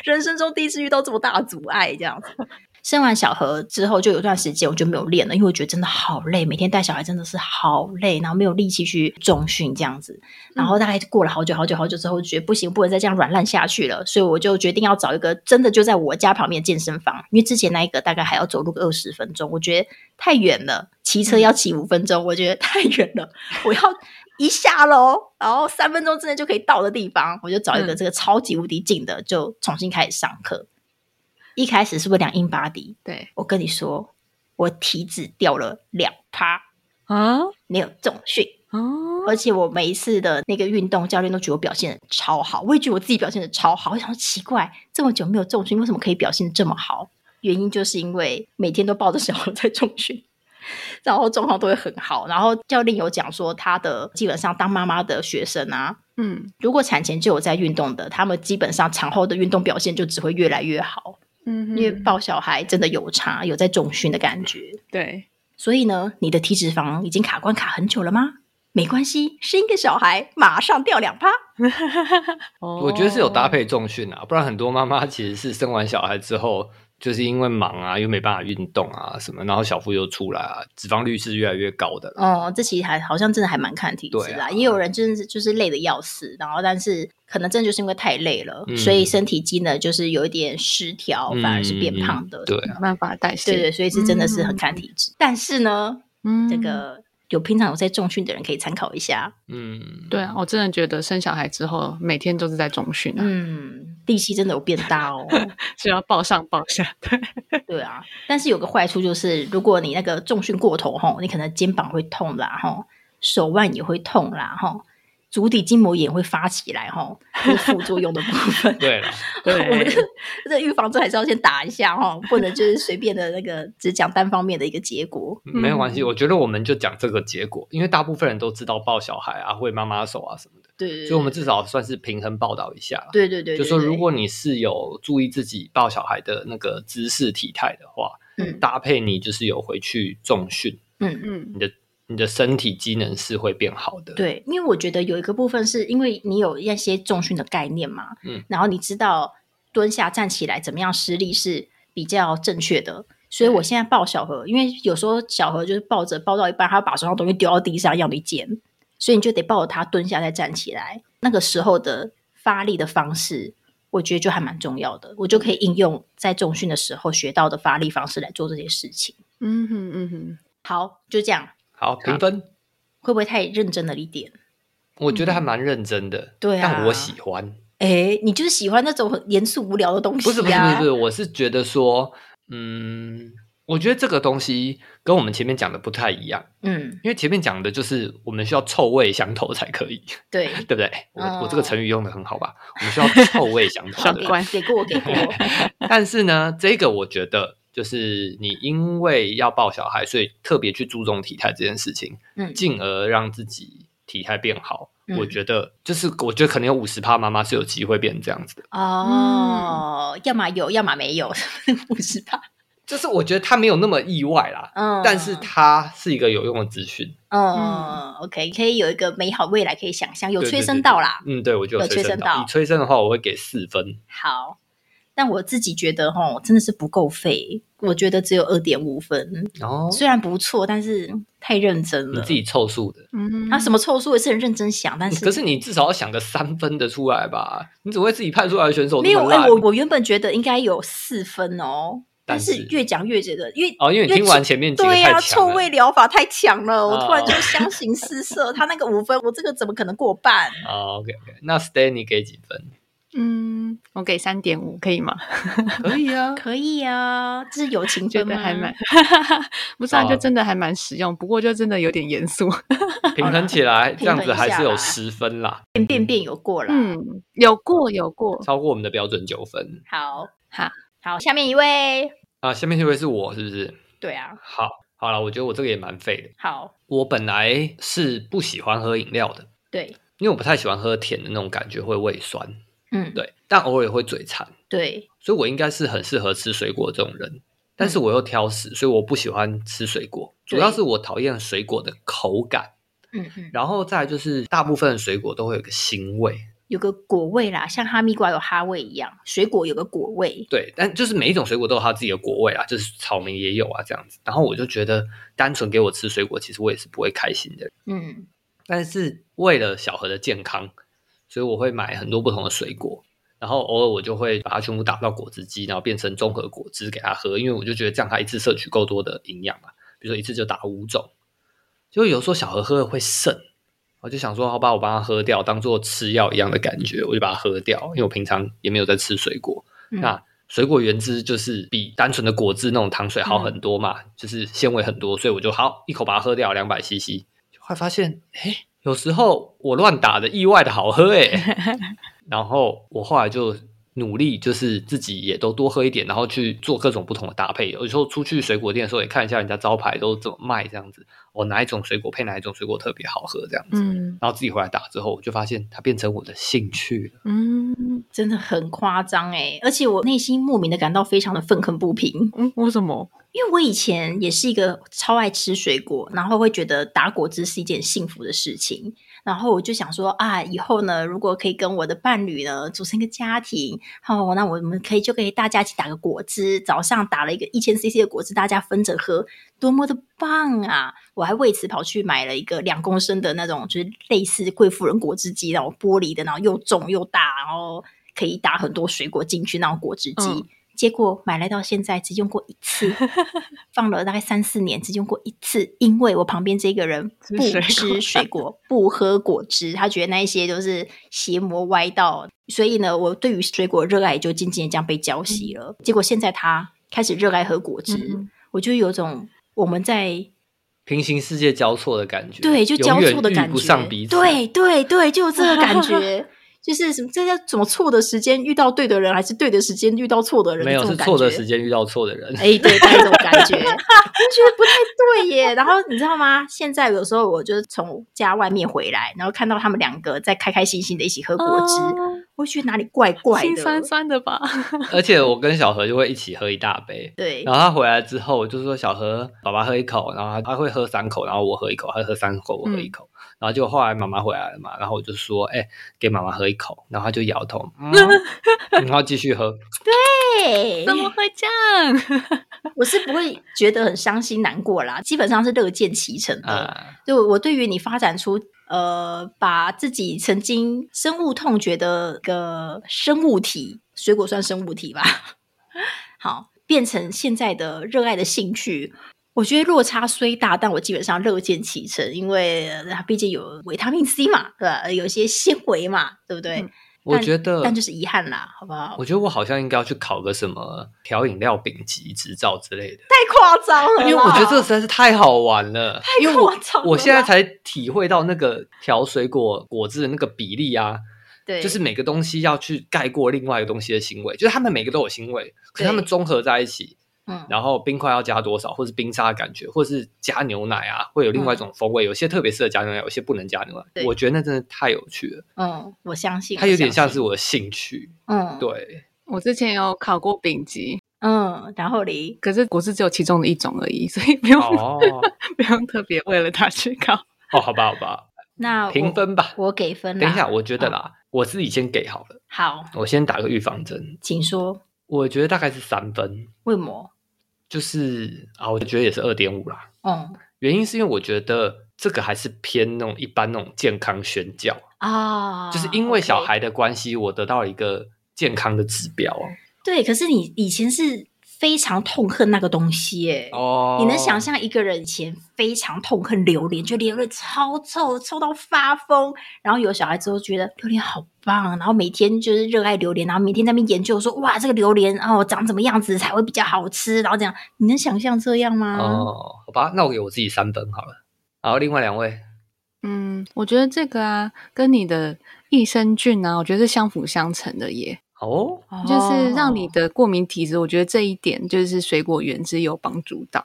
人生中第一次遇到这么大的阻碍，这样子。生完小何之后，就有一段时间我就没有练了，因为我觉得真的好累，每天带小孩真的是好累，然后没有力气去重训这样子。然后大概过了好久好久好久之后，觉得不行，不能再这样软烂下去了，所以我就决定要找一个真的就在我家旁边的健身房，因为之前那一个大概还要走路个二十分钟，我觉得太远了，骑车要骑五分钟，我觉得太远了，我要一下楼，然后三分钟之内就可以到的地方，我就找一个
嗯
这个超级无敌近的，就重新开始上课。一开始是不是量英巴迪？
对
我跟你说，我体脂掉了两趴，
啊
没有重训。
哦，
而且我每一次的那个运动，教练都觉得我表现的超好，我也觉得我自己表现的超好。我想说奇怪，这么久没有重训，为什么可以表现得这么好？原因就是因为每天都抱着小孩在重训， 然后状况都会很好。然后教练有讲说，他的基本上当妈妈的学生啊，
嗯
如果产前就有在运动的，他们基本上产后的运动表现就只会越来越好，
嗯哼，
因为抱小孩真的有差，有在重训的感觉。
对
所以呢，你的体脂肪已经卡关卡很久了吗？没关系，生一个小孩马上掉两趴。
哦，
我觉得是有搭配重训啊，不然很多妈妈其实是生完小孩之后，就是因为忙啊，又没办法运动啊什么，然后小腹又出来啊，脂肪率是越来越高的啦。
哦，这其实还好像真的还蛮看体质
对
啦，
啊
也有人真的是就是累的要死，然后但是可能真的就是因为太累了，
嗯
所以身体机能就是有一点失调，反而是变胖的。
嗯对啊，
没办法代谢，
对对，所以是真的是很看体质。但是呢，
嗯，
这个有平常有在重训的人可以参考一下，
嗯，。
对啊，我真的觉得生小孩之后每天都是在重训啊，
嗯，力气真的有变大 哦。
是要抱上抱下，对，
对啊，但是有个坏处就是，如果你那个重训过头吼，你可能肩膀会痛啦吼，手腕也会痛啦吼，足底筋膜炎会发起来吼，这是副作用的部分
对了，
我们
对
这这预防针还是要先打一下哈，不能就是随便的那个只讲单方面的一个结果。
没有关系，我觉得我们就讲这个结果，因为大部分人都知道抱小孩啊，会妈妈手啊什么的，
对对对，
所以我们至少算是平衡报道一下啦。
对对对，对
就说
对
如果你是有注意自己抱小孩的那个姿势体态的话，
嗯
搭配你就是有回去重训，
嗯
嗯，
你的身体机能是会变好的。，
对，因为我觉得有一个部分是因为你有一些重训的概念嘛，
嗯，
然后你知道蹲下站起来怎么样施力是比较正确的，所以我现在抱小何，因为有时候小何就是抱着抱到一半，他把手上东西丢到地上要你捡，所以你就得抱着他蹲下再站起来，那个时候的发力的方式。我觉得就还蛮重要的，我就可以应用在重训的时候学到的发力方式来做这些事情。
嗯哼嗯哼，
好，就这样，
好，评分。
会不会太认真了一点？
我觉得还蛮认真的，
嗯对啊
但我喜欢，
哎，你就是喜欢那种很严肃无聊的东西、呀啊
不是不是不是不是，我是觉得说，嗯，我觉得这个东西跟我们前面讲的不太一样，
嗯，
因为前面讲的就是我们需要臭味相投才可以，
对，
对不对？我、
嗯
我这个成语用的很好吧？我们需要臭味相投
上
的，
官
给过给过，
但是呢，这个我觉得就是你因为要抱小孩，所以特别去注重体态这件事情，
嗯
进而让自己体态变好。
嗯
我觉得就是，我觉得可能有五十趴妈妈是有机会变成这样子的，
哦，要么有，要么没有，不知道。
就是我觉得她没有那么意外啦，
嗯，
但是它是一个有用的资讯，
嗯，OK，可以有一个美好未来可以想象，有
对
催生到啦。。
对对对嗯，对，我就
有
有
催
催生
生到
到。你催生的话，我会给四分。
好，但我自己觉得吼，真的是不够费，我觉得只有二点五分，
哦，
虽然不错，但是太认真
你
了
自。己凑数的。
嗯，
他啊什么凑数也是很认真想，但是
可是你至少要想个三分的出来吧？你怎么会自己判出来的选手
没
这
有
么
哎、
烂？
我我原本觉得应该有四分哦，但
但是
是越讲越觉得，因为
哦，因为你听完前面几个
对啊
太
呀、臭
强了
味疗法太强了，我突然就
哦
相形失色。他那个五分，我这个怎么可能过半？
哦 OK OK，那 Stan 你给几分？
嗯，我给三点五，可以吗？
可以啊，
可以啊，这是友情
觉
分吗
得还蛮， 不是啊，
好啊
就真的还蛮实用，不过就真的有点严肃。
平衡起来这
平衡
样子还是有
一下
十分啦，
变变变有过了。
嗯，有过有过，
超过我们的标准九分。
好
好
好，下面一位，
啊，下面这位是我，是不是？
对啊，
好，好了，我觉得我这个也蛮废的。
好
我本来是不喜欢喝饮料的，
对，
因为我不太喜欢喝甜的那种感觉，会胃酸。
嗯
对，但偶尔也会嘴馋，
对，
所以我应该是很适合吃水果这种人。但是我又挑食，所以我不喜欢吃水果，主
对
要是我讨厌水果的口感。
嗯嗯，
然后再来就是，大部分的水果都会有一个腥味，
有个果味啦，像哈密瓜有哈味一样，水果有个果味，
对，但就是每一种水果都有它自己的果味啊，就是草莓也有啊这样子。然后我就觉得，单纯给我吃水果，其实我也是不会开心的人。
嗯
但是为了小何的健康，所以我会买很多不同的水果，然后偶尔我就会把它全部打到果汁机，然后变成综合果汁给他喝，因为我就觉得这样他一次摄取够多的营养嘛，比如说一次就打五种，就有时候小何喝了会剩。我就想说，好吧，我帮他喝掉，当做吃药一样的感觉，我就把它喝掉。因为我平常也没有在吃水果，
嗯，
那水果原汁就是比单纯的果汁那种糖水好很多嘛，就是纤维很多，所以我就好一口把它喝掉，两百 CC。就会发现，哎，有时候我乱打的意外的好喝哎、然后我后来就努力，就是自己也都多喝一点，然后去做各种不同的搭配。有时候出去水果店的时候，也看一下人家招牌都怎么卖，这样子，哦，哪一种水果配哪一种水果特别好喝 这样子。
嗯
然后自己回来打之后，我就发现它变成我的兴趣了。
嗯
真的很夸张哎，而且我内心莫名的感到非常的愤恨不平，
嗯，为什么？
因为我以前也是一个超爱吃水果，然后会觉得打果汁是一件幸福的事情，然后我就想说啊，以后呢，如果可以跟我的伴侣呢组成一个家庭，好，那我们可以就可以大家一起打个果汁，早上打了一个一千 CC 的果汁，大家分着喝，多么的棒啊！我还为此跑去买了一个两公升的那种，就是类似贵妇人果汁机那种玻璃的，然后又重又大，然后可以打很多水果进去那种果汁机。
嗯
结果买来到现在只用过一 次，放了大概三四年只用过一次，因为我旁边这个人
吃
不
水
吃
果
水果、 不喝果汁，他觉得那一些都是邪魔歪道，所以呢，我对于水果热爱就渐渐这样被浇熄
嗯
了。结果现在他开始热爱喝果汁，
嗯
我就有种我们在
平行世界交错的感觉，
对就交
永远
错的
遇
感觉，
不上彼此。
对对对，就有这个感 觉。就是什么？这叫怎么错的时间遇到对的人，还是对的时间遇到错的人？
没有
这
是
种感
错的
觉
时间遇到错的人。
哎，对，带这种感 觉，我就觉得不太对耶。然后你知道吗？现在有时候我就是从家外面回来，然后看到他们两个在开开心心的一起喝果汁，
哦
我觉得哪里怪怪
心
的。
酸酸的吧？
而且我跟小何就会一起喝一大杯，
对
然后他回来之后我就说小何爸爸喝一口，然后他他会喝三口，然后我喝一口，他喝三口我喝一
嗯
口，然后就后来妈妈回来了嘛，然后我就说哎、给妈妈喝一口，然后他就 摇头，嗯然后继续喝，
对，
怎么会这样？
我是不会觉得很伤心难过啦，基本上是乐见其成的。
啊，
就我对于你发展出呃，把自己曾经深恶痛绝的一个生物体，水果算生物体吧， 好，变成现在的热爱的兴趣。我觉得落差虽大，但我基本上乐见其成，因为呃它毕竟有维他命 C 嘛，对吧？有一些纤维嘛，对不对？
嗯
我觉得
但就是遗憾啦，好不好
我？觉得我好像应该要去考个什么调饮料丙级执照之类的，
太夸张了啦，
因为我觉得这个实在是太好玩了。因
太
为我
夸张了啦。
我现在才体会到那个调水果果汁的那个比例啊，
对，
就是每个东西要去盖过另外一个东西的腥味，就是它们每个都有腥味，可
对
是它们综合在一起，
嗯，
然后冰块要加多少，或是冰沙的感觉，或是加牛奶啊，会有另外一种风味，有些特别适合加牛奶，有些不能加牛
嗯对
奶。我觉得那真的太有趣了，
嗯，我相信
它有点像是
我
我的兴趣。
相信，嗯，
对，
我之前有考过丙级，
嗯，然后嘞，
可是我是只有其中的一种而已，所以不用、
哦
不用特别为了它去考。
哦，好吧，好吧，
那呃我
评分吧。
我嗯给分啦。
等一下，我觉得啦，我自己先给好了，
好，
我先打个预防针，
请说
我觉得大概是三分，
为什么？
就是啊，我觉得也是二点五啦。
嗯，
原因是因为我觉得这个还是偏那种一般那种健康宣教，
啊，
就是因为小
OK
孩的关系，我得到了一个健康的指标啊
对，可是你以前是非常痛恨那个东西耶、
哦。
你能想象一个人以前非常痛恨榴莲，觉得榴莲超臭，臭到发疯。然后有小孩之后觉得榴莲好棒，啊然后每天就是热爱榴莲，然后每天在那边研究说哇这个榴莲哦长怎么样子才会比较好吃，然后这样，你能想象这样吗？
哦？好吧，那我给我自己三本好了。好，另外两位
嗯，我觉得这个啊，跟你的益生菌啊，我觉得是相辅相成的耶。
哦，
哦
就是让你的过敏体质，我觉得这一点就是水果原汁有帮助到。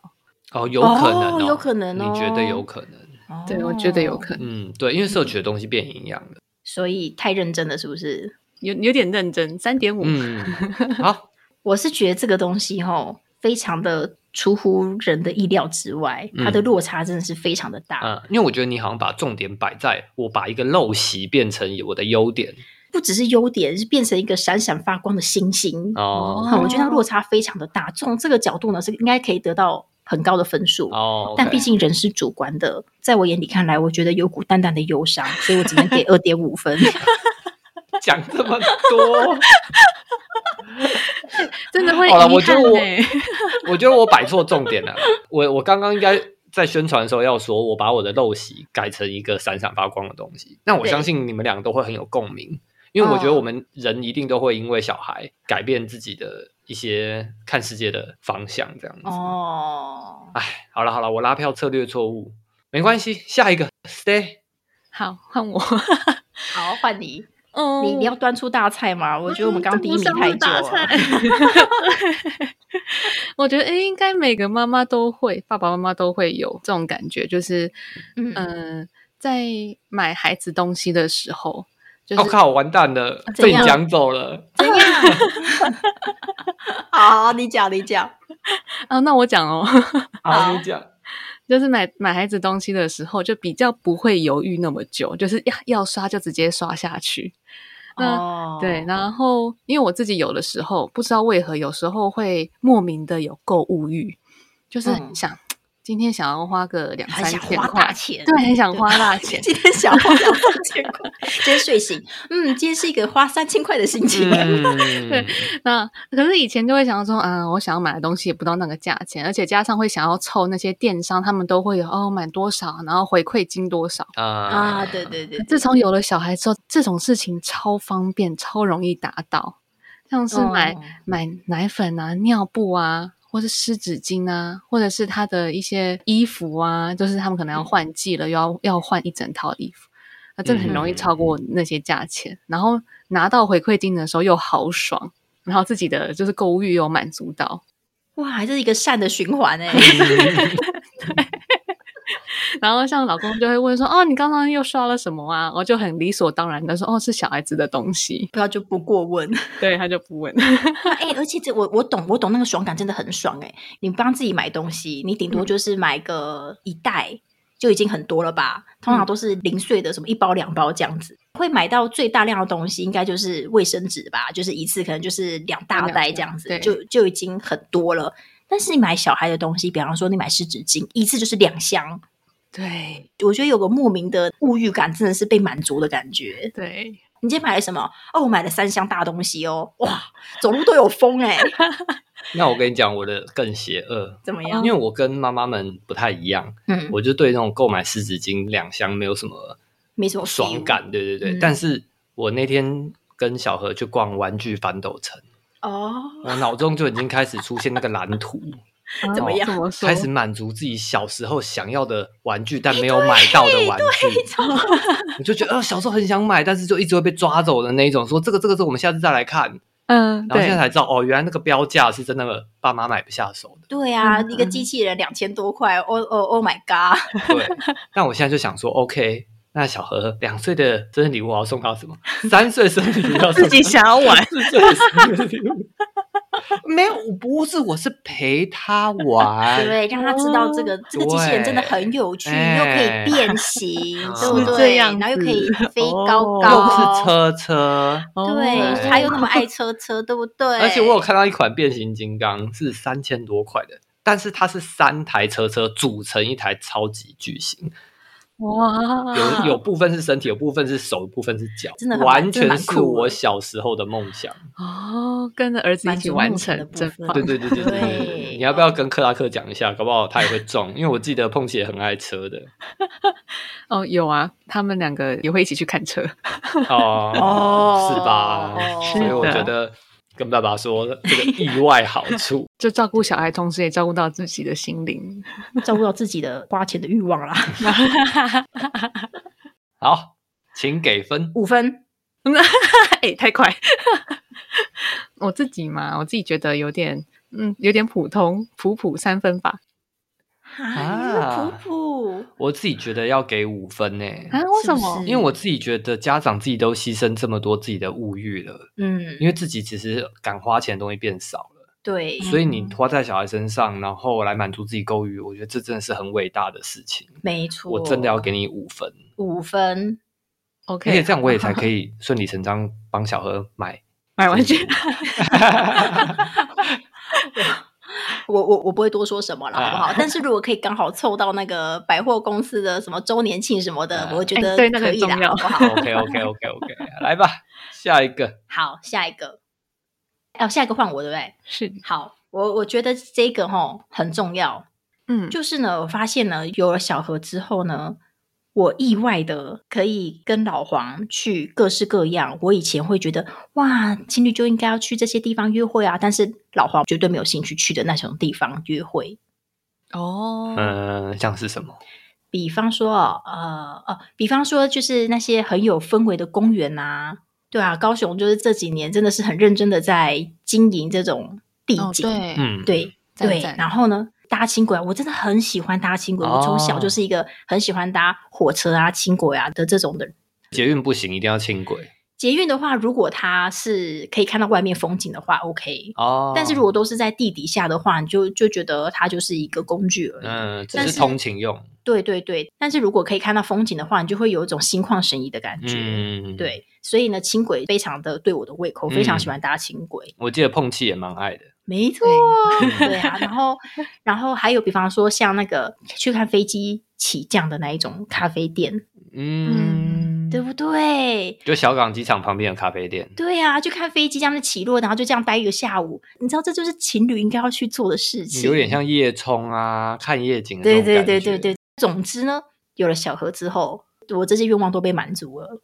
哦，有可能、哦，
哦有可能哦
你觉得有可能？
对，我觉得有可
能，
能
嗯，对，因为摄取的东西变营养了。
哦所以太认真了是不是？
有有点认真，三点五。
嗯， 好，
我是觉得这个东西吼，非常的出乎人的意料之外，
嗯
它的落差真的是非常的大。
嗯，因为我觉得你好像把重点摆在我把一个陋习变成我的优点
不只是优点，是变成一个闪闪发光的星星。
哦
好我觉得它落差非常的大。从这个角度呢，是应该可以得到很高的分数。
哦，
但
OK
毕竟人是主观的，在我眼里看来，我觉得有股淡淡的忧伤，所以我只能给二点五 分。
讲这么多，
真的会
好了
遗
我觉
憾欸
得我
呢。
我觉得我摆错重点了。 我我刚刚应该在宣传的时候要说，我把我的陋习改成一个闪闪发光的东西。那我
对
相信你们两个都会很有共鸣，因为我觉得我们人一定都会因为小孩改变自己的一些看世界的方向，这样子。
哦，
哎，好了好了，我拉票策略错误，没关系，下一个 stay。
好，换我。
好，换你，
嗯
你你要端出大菜吗？我觉得我们刚第一名太久了。
我觉得，诶应该每个妈妈都会，爸爸妈妈都会有这种感觉，就是，
嗯
嗯、在买孩子东西的时候，就
我、
是
哦靠，完蛋了，
啊怎
被你
样
讲 走了。
怎样？ 好，你讲，你讲。
啊，那我讲哦，
好，啊 你讲。
就是买买孩子东西的时候，就比较不会犹豫那么久，就是要要刷就直接刷下去。那
哦，
对，然后因为我自己有的时候不知道为何，有时候会莫名的有购物欲，就是很
嗯
想、今天想要花个两
很
三
想
千
花大
块，
钱，
对，很 想花大钱。
今天想花两三千块， 今天睡醒，嗯，今天是一个花三千块的心情。
嗯，
对那可是以前就会想说，嗯，我想要买的东西也不到那个价钱，而且加上会想要凑那些电商，他们都会有哦买多少，然后回馈金多少。
啊
啊，对对对，
自从有了小孩之后，这种事情超方便、超容易达到，像是买、
哦
买奶粉啊、尿布啊，或是湿纸巾啊，或者是他的一些衣服啊，就是他们可能要换季了，又要要换一整套衣服，那真的很容易
嗯
超过那些价钱。然后拿到回馈金的时候又豪爽，然后自己的就是购物欲又满足到，
哇，这是一个善的循环 哎。
嗯
然后像老公就会问说：“哦，你刚刚又刷了什么啊？”我就很理所当然的说：“哦，是小孩子的东西。
不要就不过问，”
对，他就不问。
哎、而且这我我懂，我懂那个爽感真的很爽哎、你帮自己买东西，你顶多
嗯
就是买个一袋就已经很多了吧？通
嗯
常都是零碎的，什么一包两包这样子。会买到最大量的东西，应该就是卫生纸吧，就是一次可能就是两大袋这样子，
两大袋对
就就已经很多了。但是你买小孩的东西，比方说你买湿纸巾，一次就是两箱，
对
我觉得有个莫名的物欲感，真的是被满足的感觉。
对，
你今天买了什么？哦，我买了三箱大东西哦，哇，走路都有风哎、
那我跟你讲，我的更邪恶，
怎么样？
因为我跟妈妈们不太一样，
哦嗯，
我就对那种购买湿纸巾两箱没有什么
没什么 feel
爽感，对对对。
嗯
但是我那天跟小何去逛玩具反斗城，
哦。
我脑中就已经开始出现那个蓝图，
怎么样
怎啊么说？
开始满足自己小时候想要的玩具，但没有买到的玩具。 我就觉得，呃，小时候很想买，但是就一直会被抓走的那一种。说这个这个这个，我们下次再来看。
嗯，
然后现在
对，
才知道，哦，原来那个标价是真的，爸妈买不下手的。
对啊，
嗯
一个机器人两千多块，Oh Oh Oh my God！
对，但我现在就想说，OK，那小何两岁的生日礼物我要送他什么？三岁生日礼物要送他。
要玩
四岁的生日礼物？没有，我不是，我是陪他 玩。
对，让他知道这个这个机器人真的很有趣，
哎哦对
又可以变 形，
哎
对不
是
对？
这样子
然后又可以飞高
哦又
高，
哦
是车车，
对，
哦
他又那么爱车车，对不对？
而且我有看到一款变形金刚是三千多块的，但是它是三台车车组成一台超级巨型，
哇，
有有部分是身体，有部分是手，有部分是脚，
啊真的很
完
真的
全
蛮
是
酷
我
的
小时候的 梦想。
哦，跟着儿子一
满
起
足
完
梦想的
成，
部
真
分
棒！
对对对对对对对，
对
你要不要跟克拉克讲一下？搞不好他也会中，因为我记得碰姐很爱车 的
哦，有啊，他们两个也会一起去看车。
哦，
哦
是吧？
是
所以我
的
觉得跟爸爸说这个意外好处，
就照顾小孩，同时也照顾到自己的心灵。
照顾到自己的花钱的欲望啦。
好，请给分。
五分，
哎、太快！ 我自己嘛，我自己觉得有点，嗯，有点普通，普普三分吧。
啊
啊，普普，
我自己觉得要给五分欸呢、
啊，为什么？
是不是
因为我自己觉得家长自己都牺牲这么多自己的物欲了，
嗯，
因为自己其实敢花钱的东西变少了，
对，
所以你花在小孩身上，然后来满足自己购欲，我觉得这真的是很伟大的事情。
没错，
我真的要给你五分，
五分，
而
OK，
且这样我也 才可以顺理成章帮小何买。
买玩具。
我我我不会多说什么了，
啊
好不好？但是如果可以刚好凑到那个百货公司的什么周年庆什么的
啊，
我觉
哎
得
对那
可
个很
以
重
啦，
要
好不 好？
OK OK OK OK，来吧，下一个
好，下一个，哦，下一个换我对不对？
是，
好，我我觉得这个吼很重要，
嗯，
就是呢，我发现呢，有了小何之后呢，我意外的可以跟老黄去各式各样。我以前会觉得哇，情侣就应该要去这些地方约会啊，但是老黄绝对没有兴趣去的那种地方约会。
哦，
嗯、呃像是什么？
比方说，呃呃，比方说就是那些很有氛围的公园啊，对啊，高雄就是这几年真的是很认真的在经营这种地
哦，
景，
对，
嗯，，
对
赞
对
赞
然后呢，搭轻轨啊，我真的很喜欢搭轻轨。我从小就
哦
是一个很喜欢搭火车啊、轻轨啊的这种的人。
捷运不行，一定要轻轨
捷运的话，如果它是可以看到外面风景的话，OK。
哦。
但是如果都是在地底下的话，你就就觉得它就是一个工具而已。
嗯，只
但
是
是
通勤用，
对对对，但是如果可以看到风景的话，你就会有一种心旷神怡的感觉。
嗯，。
对，所以呢，轻轨非常的对我的胃口，非常喜
嗯
欢搭轻轨。
我记得碰气也蛮爱的，
没错，对 啊。然后，然后还有，比方说像那个去看飞机起降的那一种咖啡店，
嗯，
对不对？
就小港机场旁边的咖啡店，
对啊，去看飞机这样的起落，然后就这样待一个下午，你知道这就是情侣应该要去做的事情，
有点。像夜冲啊，看夜景的那
对
种
对
感觉。
对对对。总之呢，有了小何之后，我这些愿望都被满足了。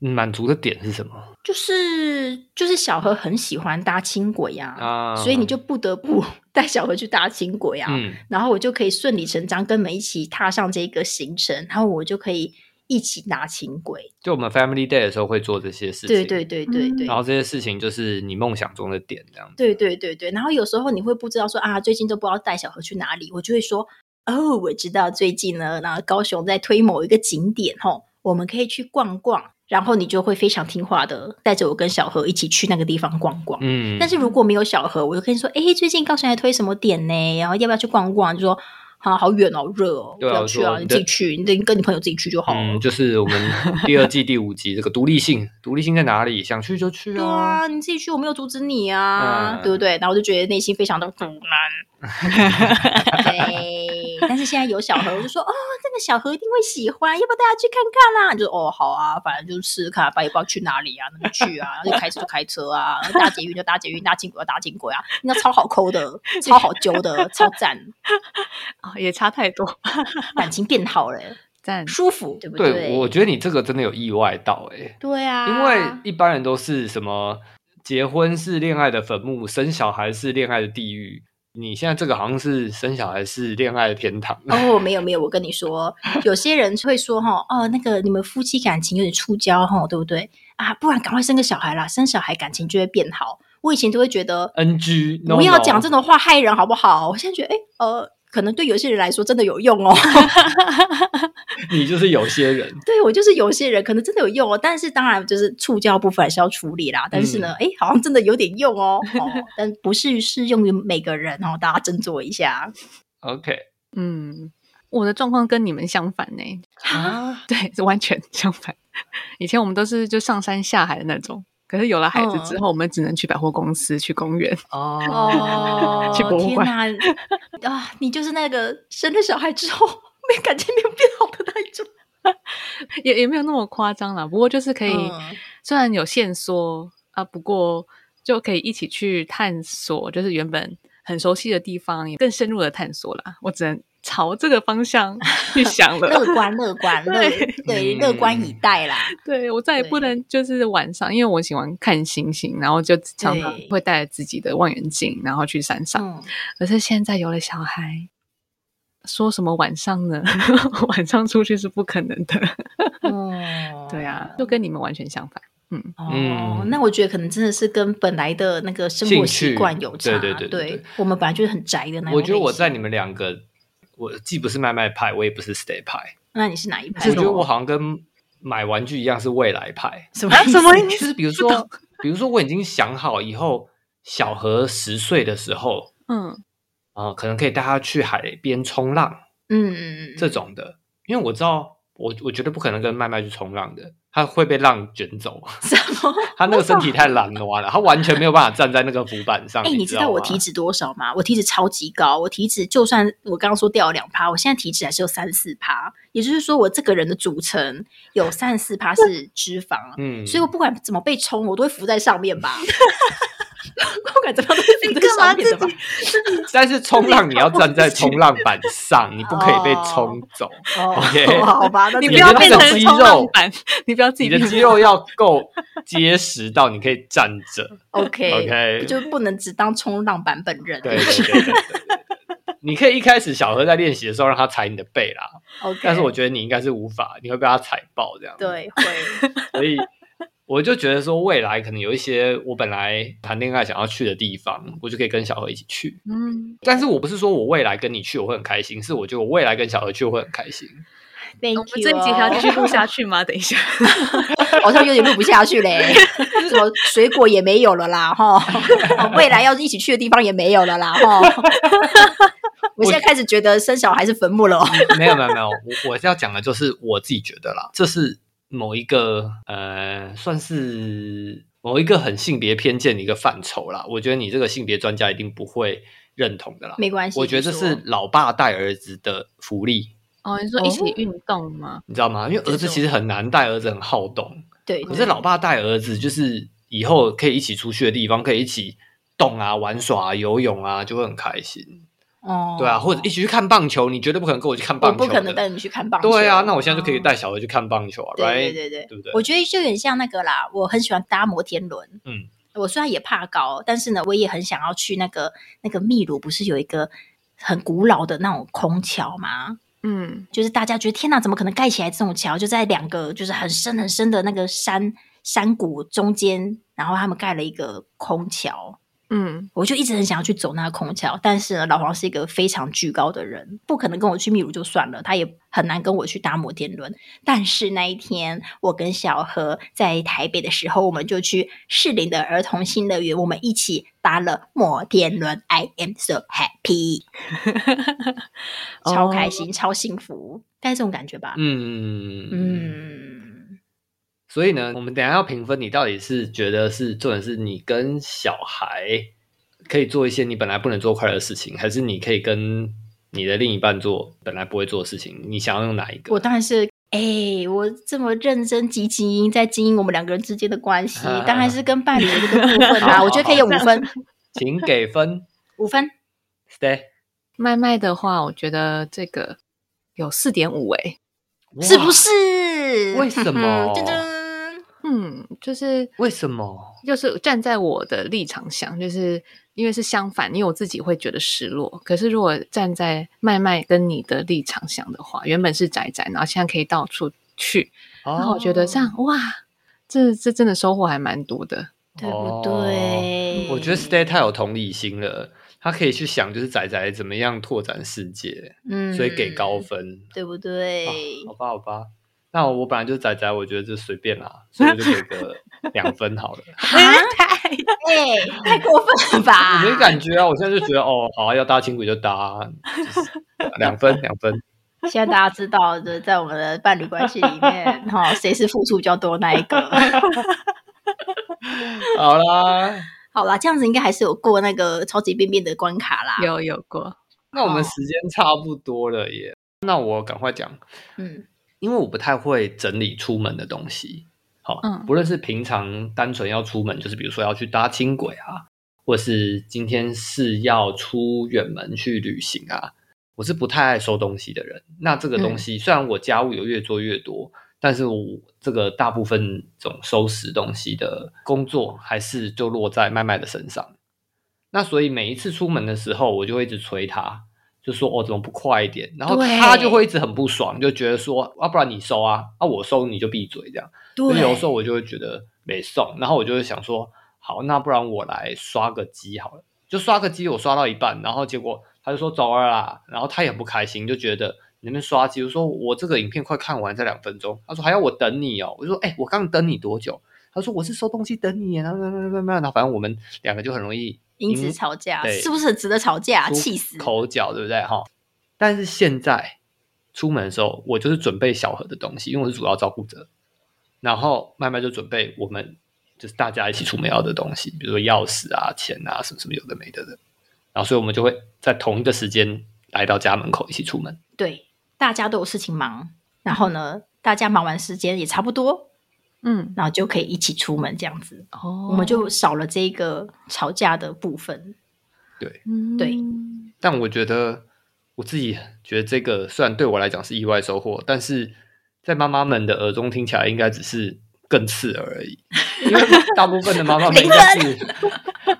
嗯，满足的点是什么
就是就是小何很喜欢搭轻轨呀、
啊？
所以你就不得不 带小何去搭轻轨啊。
嗯，
然后我就可以顺理成章跟你们一起踏上这个行程，然后我就可以一起搭轻轨。
就我们 Family Day 的时候会做这些事情，
对对对对对。
然后这些事情就是你梦想中的点，这样子。
对对对对，然后有时候你会不知道说啊，最近都不知道带小何去哪里，我就会说哦，我知道最近呢，那高雄在推某一个景点吼，我们可以去逛逛，然后你就会非常听话的带着我跟小何一起去那个地方逛逛。
嗯，
但是如果没有小何，我就跟你说，哎、最近高雄还推什么点呢？然后要不要去逛逛？就说啊，好远哦，热哦，
对啊
不要去啊，
说
你自己去，你跟你朋友自己去就好了。
嗯，就是我们第二季第五集这个独立性，独立性在哪里？想去就去
对啊，你自己去，我没有阻止你啊，
嗯
对不对？然后我就觉得内心非常的堵然。 对，但是现在有小何，我就说哦，这个小何一定会喜欢，要不要带他去看看啦、你就哦，好啊，反正就试试看，反正也不知道去哪里啊，那就去啊，然后就开车就开车啊，然后搭捷运就搭捷运，搭轻轨就搭轻轨啊，那超好抠 的，超好揪的，超赞，
哦，也差太多，
感情变好了，
赞。
舒服，对不啊
对，
对，
我觉得你这个真的有意外到哎、
对啊，
因为一般人都是什么结婚是恋爱的坟墓，生小孩是恋爱的地狱。你现在这个好像是生小孩是恋爱的天堂，
哦，没有没有，我跟你说，有些人会说哈，哦，那个你们夫妻感情有点触礁哈，对不对啊？不然赶快生个小孩啦，生小孩感情就会变好。我以前都会觉得
NG，
不要讲这种
种。
话害人好不好？我现在觉得，哎，呃，可能对有些人来说真的有用哦。
你就是有些人，
对我就是有些人可能真的有用哦，但是当然就是触礁部分还是要处理啦。但是呢，
嗯
哎、好像真的有点用哦，哦但不是适用于每个人哦，大家斟酌一下。
OK
嗯，我的状况跟你们相反呢、
啊，
对，是完全相反。以前我们都是就上山下海的那种，可可是有了孩子之后，我们只能去百货公司、去公园。
哦，
哦，
去博物
天
馆
哪啊！你就是那个生了小孩之后没感情没有变好的那一种。
也也没有那么夸张啦，不过就是可以，
嗯
虽然有限缩啊，不过就可以一起去探索，就是原本很熟悉的地方，也更深入的探索啦。我只能朝这个方向去想了。
乐观，乐观，乐
对
对，
嗯
乐观以待 啦。
对我再也不能就是晚上，因为我喜欢看星星，然后就常常
对
会带着自己的望远镜，然后去山上。
嗯，
可是现在有了小孩，说什么晚上呢？ 晚上出去是不可能的。
哦
对啊，就跟你们完全相反。嗯，
哦，
嗯
那我觉得可能真的是跟本来的那个生活
兴趣
习惯有差。
对对对对对
我们本来就是很宅的那种。
我觉得我在你，们两个，我既不是卖卖派，我也不是 stay 派，
那 你是哪一派？
我觉
种
得我好像跟买玩具一样是未来派，
什么意思？
什么意
就是比如 说，比如说我已经想好以后小何十岁的时候，
嗯，
啊、可能可以带他去海边冲浪
嗯嗯，嗯
这种的，因为我知道我我绝对不可能跟麦麦去冲浪的，他会被浪卷走，
什么？
他那个身体太懒惰了，他完全没有办法站在那个浮板 上。
哎、你
知
知道我
吗
体脂多少吗？我体脂超级高，我体脂就算我刚刚说掉了两趴，我现在体脂还是有三四趴，也就是说我这个人的组成有三四趴是脂肪，
嗯，
所以我不管怎么被冲，我都会浮在上面 吧。不管怎么样都会浮在上面的吧？
但是冲浪你要站在冲浪板上，你不可以被冲走。
哦
OK
好吧，那
你
你
不
的
要
那
变
种
成
肌
冲浪
肉
板，你不要自己
你的
变
肌肉要够结实到你可以站 着。
OK
OK
就不能只当冲浪版本人。
对对对对对对你可以一开始小何在练习的时候让他踩你的背啦，
，OK，
但是我觉得你应该是无法，你会被他踩爆这样。，
对 会，
所以我就觉得说未来可能有一些我本来谈恋爱想要去的地方，我就可以跟小何一起去。
嗯，
但是我不是说我未来跟你去我会很开心，是我觉得我未来跟小何去我会很开心。
Thank
我
you
们这一集还要继续录下去吗？ 等一下，
好像有点录不下去嘞，什么水果也没有了啦，哈，未来要一起去的地方也没有了啦，哈。我现在开始觉得生小孩是坟墓了哦，
没有没有没有，我我是要讲的就是我自己觉得啦，这是某一个呃，算是某一个很性别偏见的一个范畴啦。我觉得你这个性别专家一定不会认同的啦。
没关系，
我觉得这是老爸带儿子的福利，
哦，你说一起运动吗？
你知道吗？因为儿子其实很难带，儿子很好动，
对，
可是老爸带儿子就是以后可以一起出去的地方，可以一起动啊、玩耍啊、游泳啊，就会很开心。
哦，
对啊，或者一起去看棒球，你绝对不可能跟我去看
我
棒球的，
不可能带你去看棒球，
对啊，那我现在就可以
哦
带小孩去看棒球啊
对
，right？
对对
对不对
我觉得就有点像那个啦，我很喜欢搭摩天轮。
嗯，
我虽然也怕高，但是呢，我也很想要去那个那个秘鲁，不是有一个很古老的那种空桥吗？
嗯，
就是大家觉得天哪，怎么可能盖起来这种桥？就在两个就是很深很深的那个山山谷中间，然后他们盖了一个空桥。
嗯，
我就一直很想要去走那个空桥，但是呢，老黄是一个非常巨高的人，不可能跟我去秘鲁就算了，他也很难跟我去搭摩天轮。但是那一天，我跟小何在台北的时候，我们就去士林的儿童新乐园，我们一起搭了摩天轮，I am so happy，超开心，超幸福，大概这种感觉吧。
嗯嗯。
嗯，
所以呢，我们等一下要评分，你到底是觉得是重点是你跟小孩可以做一些你本来不能做快乐的事情，还是你可以跟你的另一半做本来不会做的事情？你想要用哪一个？
我当然是。哎、我这么认真积极在经营我们两个人之间的关系，当然是跟伴侣的这个部分啦、
好好
我觉得可以有五分，
请给分
五分。
，stay。
麦麦的话，我觉得这个有四点五诶。
是不
哇？
是？
为什么
噔噔，
嗯，就是
为什么？
就是站在我的立场想，就是因为是相反，因为我自己会觉得失落。可是如果站在麦麦跟你的立场想的话，原本是宅宅，然后现在可以到处去，
然
然后我觉
哦
得这样哇，这这真的收获还蛮多 的。
对不对？
哦我觉得 Stay 太有同理心了，他可以去想就是仔仔怎么样拓展世界，
嗯
所以给高，分。
对不对
啊？好吧，好吧，那我本来就仔仔，我觉得就随便啦，所以我就给个两分好了。
哈，哎，太过分了吧？
我没感觉啊，我现在就觉得哦，好啊，要搭轻轨就搭啊，就是 两分两分。
现在大家知道的，在我们的伴侣关系里面，哈，谁是付出比较多那一个？
好啦，
好啦，这样子应该还是有过那个超级便便的关卡啦。，
有有过，
那我们时间差不多了耶。那我赶快讲，
嗯
因为我不太会整理出门的东西。好、
嗯
不论是平常单纯要出门，就是比如说要去搭轻轨啊，或是今天是要出远门去旅行啊，我是不太爱收东西的人。那这个东西、虽然我家务有越做越多，但是我这个大部分这种收拾东西的工作还是就落在麦麦的身上。那所以每一次出门的时候，我就会一直催他，就说哦怎么不快一点，然后
对
他就会一直很不爽，就觉得说啊不然你收啊，啊我收你就闭嘴这样。
对
所以有时候我就会觉得没送，然后我就会想说，好，那不然我来刷个机好了，就刷个机，我刷到一半，然后结果他就说走了啦，然后他也很不开心，就觉得你们刷机，我说我这个影片快看完，再两分钟，他说还要我等你哦，我就说哎、我刚等你多久？他说我是收东西等你耶，然后然后然后然后然后反正我们两个就很容易
因此吵架
对
是不是很值得吵架？啊
出
气死！
口角，对不对？哈，但是现在出门的时候，我就是准备小盒的东西，因为我是主要照顾者，然后慢慢就准备我们就是大家一起出门要的东西，比如说钥匙啊、钱啊，什么什么有的没的的，然后所以我们就会在同一个时间来到家门口一起出门。
对，大家都有事情忙，然后呢，
嗯
大家忙完时间也差不多，
嗯，
然后就可以一起出门这样子，
哦
我们就少了这一个吵架的部分。
对，
对
嗯
但我觉得我自己觉得这个虽然对我来讲是意外收获，但是在妈妈们的耳中听起来应该只是更刺耳而已，因为大部分的妈妈们
零
应该是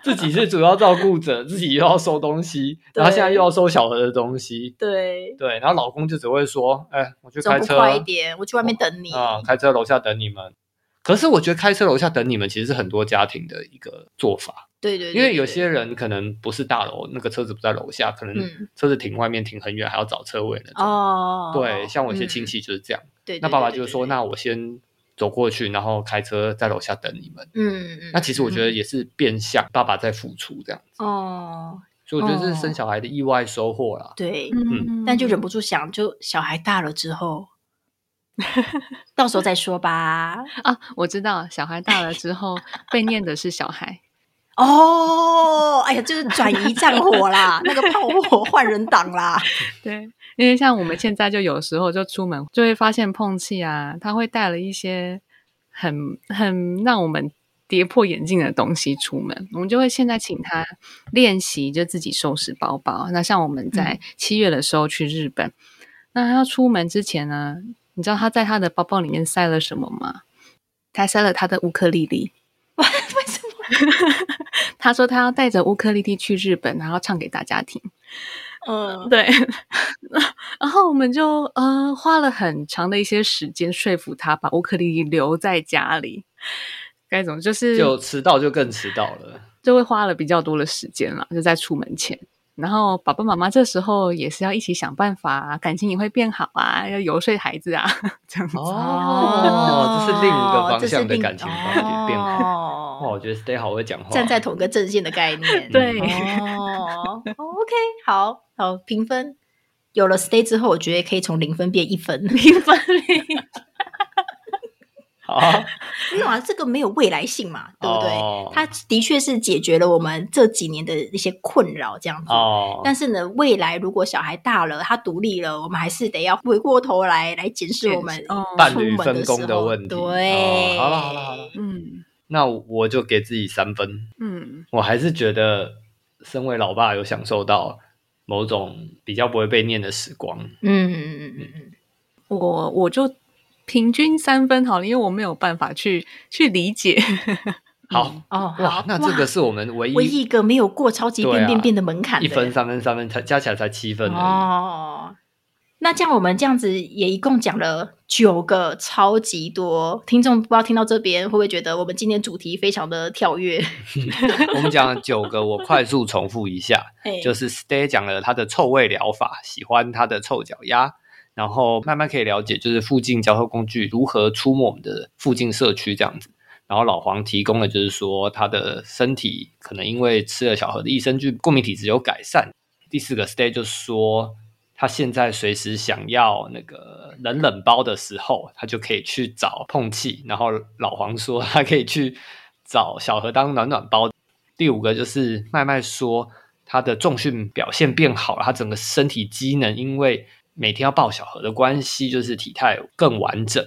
自己是主要照顾者，自己又要收东西，然后现在又要收小盒的东西，
对，
对，然后老公就只会说：“哎，我去
走
开
不
车
快一点，我去外面等你。
啊、开车楼下等你们。”可是我觉得开车楼下等你们，其实是很多家庭的一个做法。
对对对，
因为有
对
些人可能不是大楼，那个车子不在楼下，可能
嗯
车子停外面停很远，还要找车位那种。
哦，
对，像我一些亲
戚，
戚就是这样。
对，对
那爸爸就说：“，
对
那我先走过去，然后开车在楼下等你们。
对对嗯，”
那其实我觉得
嗯，
也是变相爸爸在付出这样，
哦，
所以我觉得这是生
哦
小孩的意外收获啦。
对，
嗯
但就忍不住想，就小孩大了之后， 到时候再说吧。
啊，我知道，小孩大了之后被念的是小孩，
哦，哎呀，就是转移战火啦，那个炮火换人挡 啦。
对，因为像我们现在就有时候就出门就会发现碰气啊，他会带了一些很很让我们跌破眼镜的东西出门，我们就会现在请他练习就自己收拾包包。那像我们在七月的时候去日本，那他要出门之前呢，你知道他在他的包包里面塞了什么吗？他塞了他的乌克丽丽。
为什么？
他说他要带着乌克丽丽去日本，然后唱给大家听。
嗯，
对， 然后我们就呃花了很长的一些时间说服他把乌克丽丽留在家里。该怎么就是
就迟到就更迟到了，
就会花了比较多的时间啦，就在出门前。然后爸爸妈妈这时候也是要一起想办法、啊，感情也会变好啊，要游说孩子啊， 这样子。
哦这是另一个方
这是
向的
另
感情观点变好。哇，我
哦，
觉得 Stay 好嗯会讲话，
站 在同个阵线的概念。
对
哦哦，OK，好好评分。有了 stay 之后，我觉得可以从零分变一分。
零分零，
好啊，
没有啊，这个没有未来性嘛，对不对？
哦
它的确是解决了我们这几年的一些困扰，这样子。
哦，
但是呢，未来如果小孩大了，他独立了，我们还是得要回过头来来检视我们
哦
伴
出
侣
门的
分工
时
的
候
问题。
对、
哦好了好了好了，
嗯
那我就给自己三分。
嗯，
我还是觉得，身为老爸有享受到某种比较不会被念的时光。
嗯嗯嗯嗯
我我就平均三分好了，因为我没有办法去去理解。
好，
嗯，哦，
哇
好，，
那这个
哇
是我们唯
唯一
一
一个没有过超级
对
变
啊
变变的门槛的
一分
人
三分三分才加起来才七分而已。
哦。那这样我们这样子也一共讲了九个，超级多听众，不知道听到这边会不会觉得我们今天主题非常的跳 跃？
我们讲了九个，我快速重复一下，
哎
就是 Stay 讲了他的臭味疗法，喜欢他的臭脚丫。然后慢慢可以了解，就是附近交通工具如何出没我们的附近社区这样子。然后老黄提供了，就是说他的身体可能因为吃了小何的益生菌，过敏体质有改善。第四个 stay 就是说，他现在随时想要那个冷冷包的时候，他就可以去找碰气。然后老黄说，他可以去找小河当暖暖包。第五个就是麦麦说他的重训表现变好了，他整个身体机能因为每天要抱小河的关系，就是体态更完整。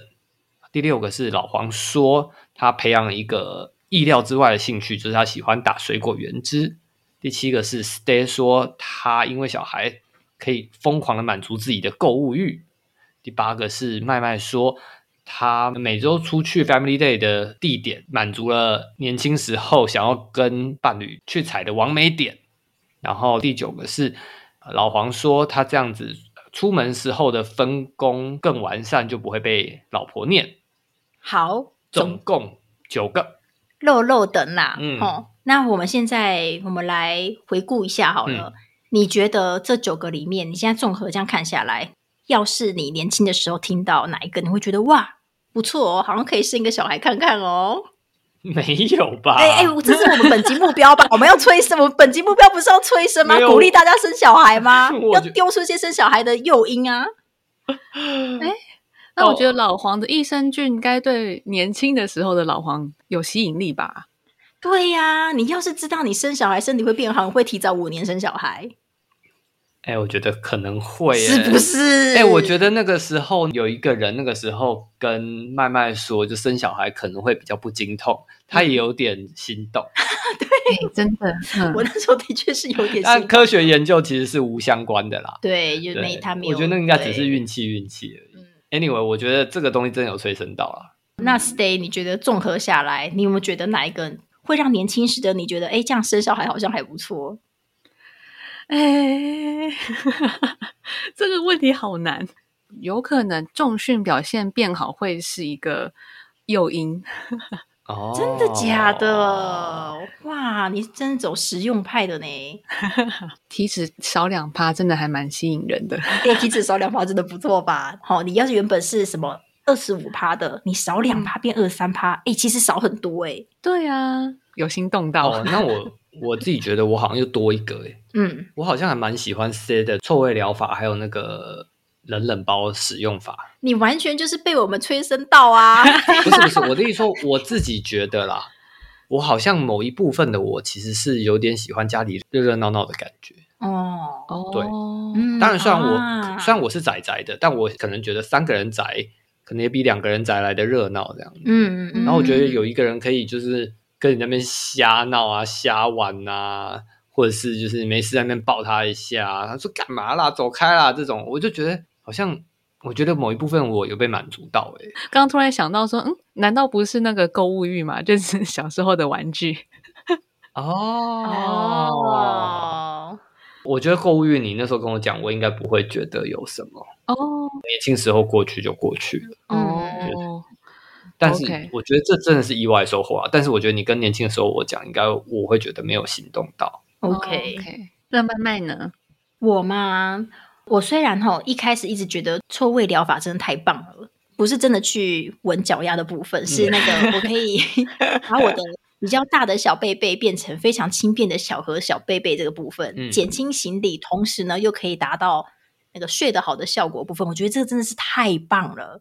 第六个是老黄说他培养了一个意料之外的兴趣，就是他喜欢打水果原汁。第七个是 Stay 说他因为小孩可以疯狂的满足自己的购物欲。第八个是麦麦说他每周出去 Family Day 的地点，满足了年轻时候想要跟伴侣去踩的完美点。然后第九个是呃老黄说他这样子出门时候的分工更完善，就不会被老婆念。
好，
总共九个，
肉肉等啦，
嗯
哦，那我们现在我们来回顾一下好
嗯
了。你觉得这九个里面，你现在综合这样看下来，要是你年轻的时候听到哪一个，你会觉得哇不错哦，好像可以生一个小孩看看哦。
没有吧？
哎哎、我这是我们本集目标吧？我们要催生，我们本集目标不是要催生吗
没？有
鼓励大家生小孩吗
我？
要
觉
丢出一些生小孩的诱因啊！
那我
哦
觉得老黄的益生菌该对年轻的时候的老黄有吸引力吧？
对呀、你要是知道你生小孩身体会变好，你会提早五年生小孩，
哎、我觉得可能会、耶
是不是？
哎、我觉
得
得那个时候有一个人，那个时候跟麦麦说，就生小孩可能会比较不经痛，他
嗯
也有点心动。
真的，嗯
我那时候的确是有点
但
心
科学研究其实是无相关的啦。
对，就
对
没他没有。
我觉得那应该只是
对嗯
运气，运气而已。Anyway，我觉得这个东西真的有催生到啦。
那 Stay，你觉得综合下来，你有没有觉得哪一个会让年轻时的你觉得，哎，这样生小孩好像还不错？
哎， 这个问题好难。有可能重训表现变好会是一个诱因，
哦，
真的假 的？哇，你真的走实用派的呢！
体脂少两趴真的还蛮吸引人的。
哎，体脂少两趴真的不错吧？好、你要是原本是什么二十五趴的，你少两趴变二十三趴，哎，其实少很多哎、
对啊，有心动到。
哦，那我我自己觉得我好像又多一个诶、
嗯，
我好像还蛮喜欢 C 的错位疗法，还有那个冷冷包使用法。
你完全就是被我们催生到 啊！
不是不是，我的意思说，我自己觉得啦，我好像某一部分的我其实是有点喜欢家里热热闹闹的感觉。
哦，
对
哦，
嗯
当然，虽然我、
啊
虽然我是宅宅的，但我可能觉得三个人宅可能也比两个人宅来的热闹这样子。
嗯嗯嗯，
然后我觉得有一个人可以就是跟你那边瞎闹啊、瞎玩啊，或者是就是没事在那边抱他一下啊，他说干嘛啦、走开啦这种，我就觉得好像我觉得某一部分我有被满足到欸诶、
刚刚突然想到说，嗯，难道不是那个购物欲吗？就是 小时候的玩具。
哦
哦，
我觉得购物欲，你那时候跟我讲，我应该不会觉得有什么。
哦
年轻时候过去就过去了，
哦，
但
嗯
是
OK
我觉得这真的是意外收获啊！但是我觉得你跟年轻的时候我讲，应该我会觉得没有行动到。
OK，
哦 OK。那麦麦呢？
我嘛，我虽然哈一开始一直觉得错位疗法真的太棒了，不是真的去闻脚丫的部分，是那个我可以把我的比较大的小贝贝变成非常轻便的小和小贝贝这个部分，
嗯
减轻行李，同时呢又可以达到那个睡得好的效果部分，我觉得这个真的是太棒了。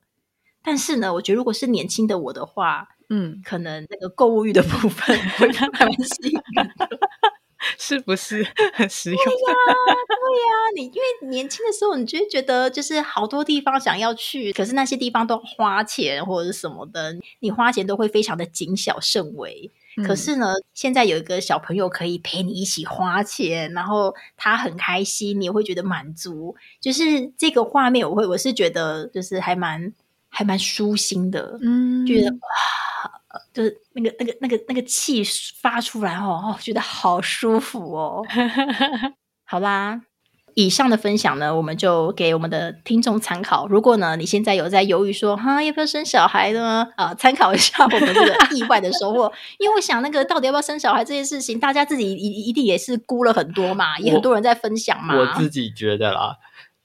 但是呢，我觉得如果是年轻的我的话，
嗯，
可能那个购物欲的部分 会还蛮吸引人
是不是 很实用？
啊你因为年轻的时候，你就会觉得就是好多地方想要去，可是那些地方都要花钱或者是什么的，你花钱都会非常的谨小慎微。可是呢，现在有一个小朋友可以陪你一起花钱，然后他很开心，你也会觉得满足。就是这个画面，我会我是觉得就是还蛮还蛮舒心的，
嗯，
觉得哇，就是那个那个那个那个气发出来哦，哦，觉得好舒服 哦。好啦，以上的分享呢，我们就给我们的听众参考。如果呢，你现在有在犹豫说哈要不要生小孩呢？啊、参考一下我们这个意外的收 获，因为我想那个到底要不要生小孩这件事情，大家自己一一定也是估了很多嘛，啊也
我
很多人在分享嘛。
我自己觉得啦，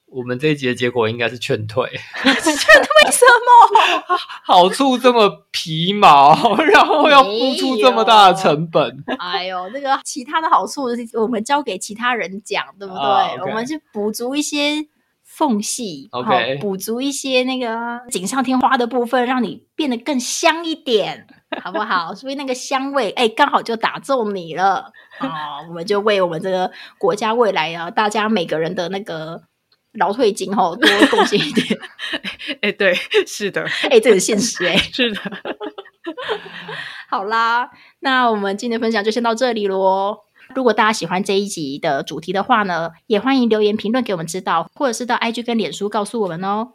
我们这一集的结果应该是 劝退，
为什么？
好处这么皮毛，然后要付出这么大的成本，
哎呦，那个其他的好处我们交给其他人讲，对不对？
啊，OK
我们去补足一些缝隙
OK
好补足一些那个锦上添花的部分，让你变得更香一点。好不好？ 所以那个香味，哎、刚好就打中你了哦。我们就为我们这个国家未来啊，大家每个人的那个劳退金哦，多贡献一点。
哎，对，是的，
哎、这很现实哎、
是的，
好啦，那我们今天的分享就先到这里喽。如果大家喜欢这一集的主题的话呢，也欢迎留言评论给我们知道，或者是到 IG 跟脸书告诉我们哦。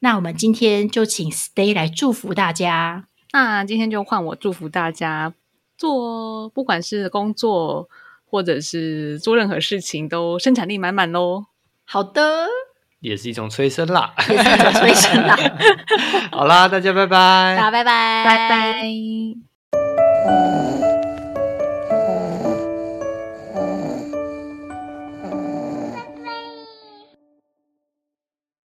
那我们今天就请 Stay 来祝福大家。
那今天就换我祝福大家，做不管是工作或者是做任何事情，都生产力满满喽。
好的，
也是一种催生啦。
也是很催生啦，
好啦，大家拜拜，
大家拜拜，
拜拜。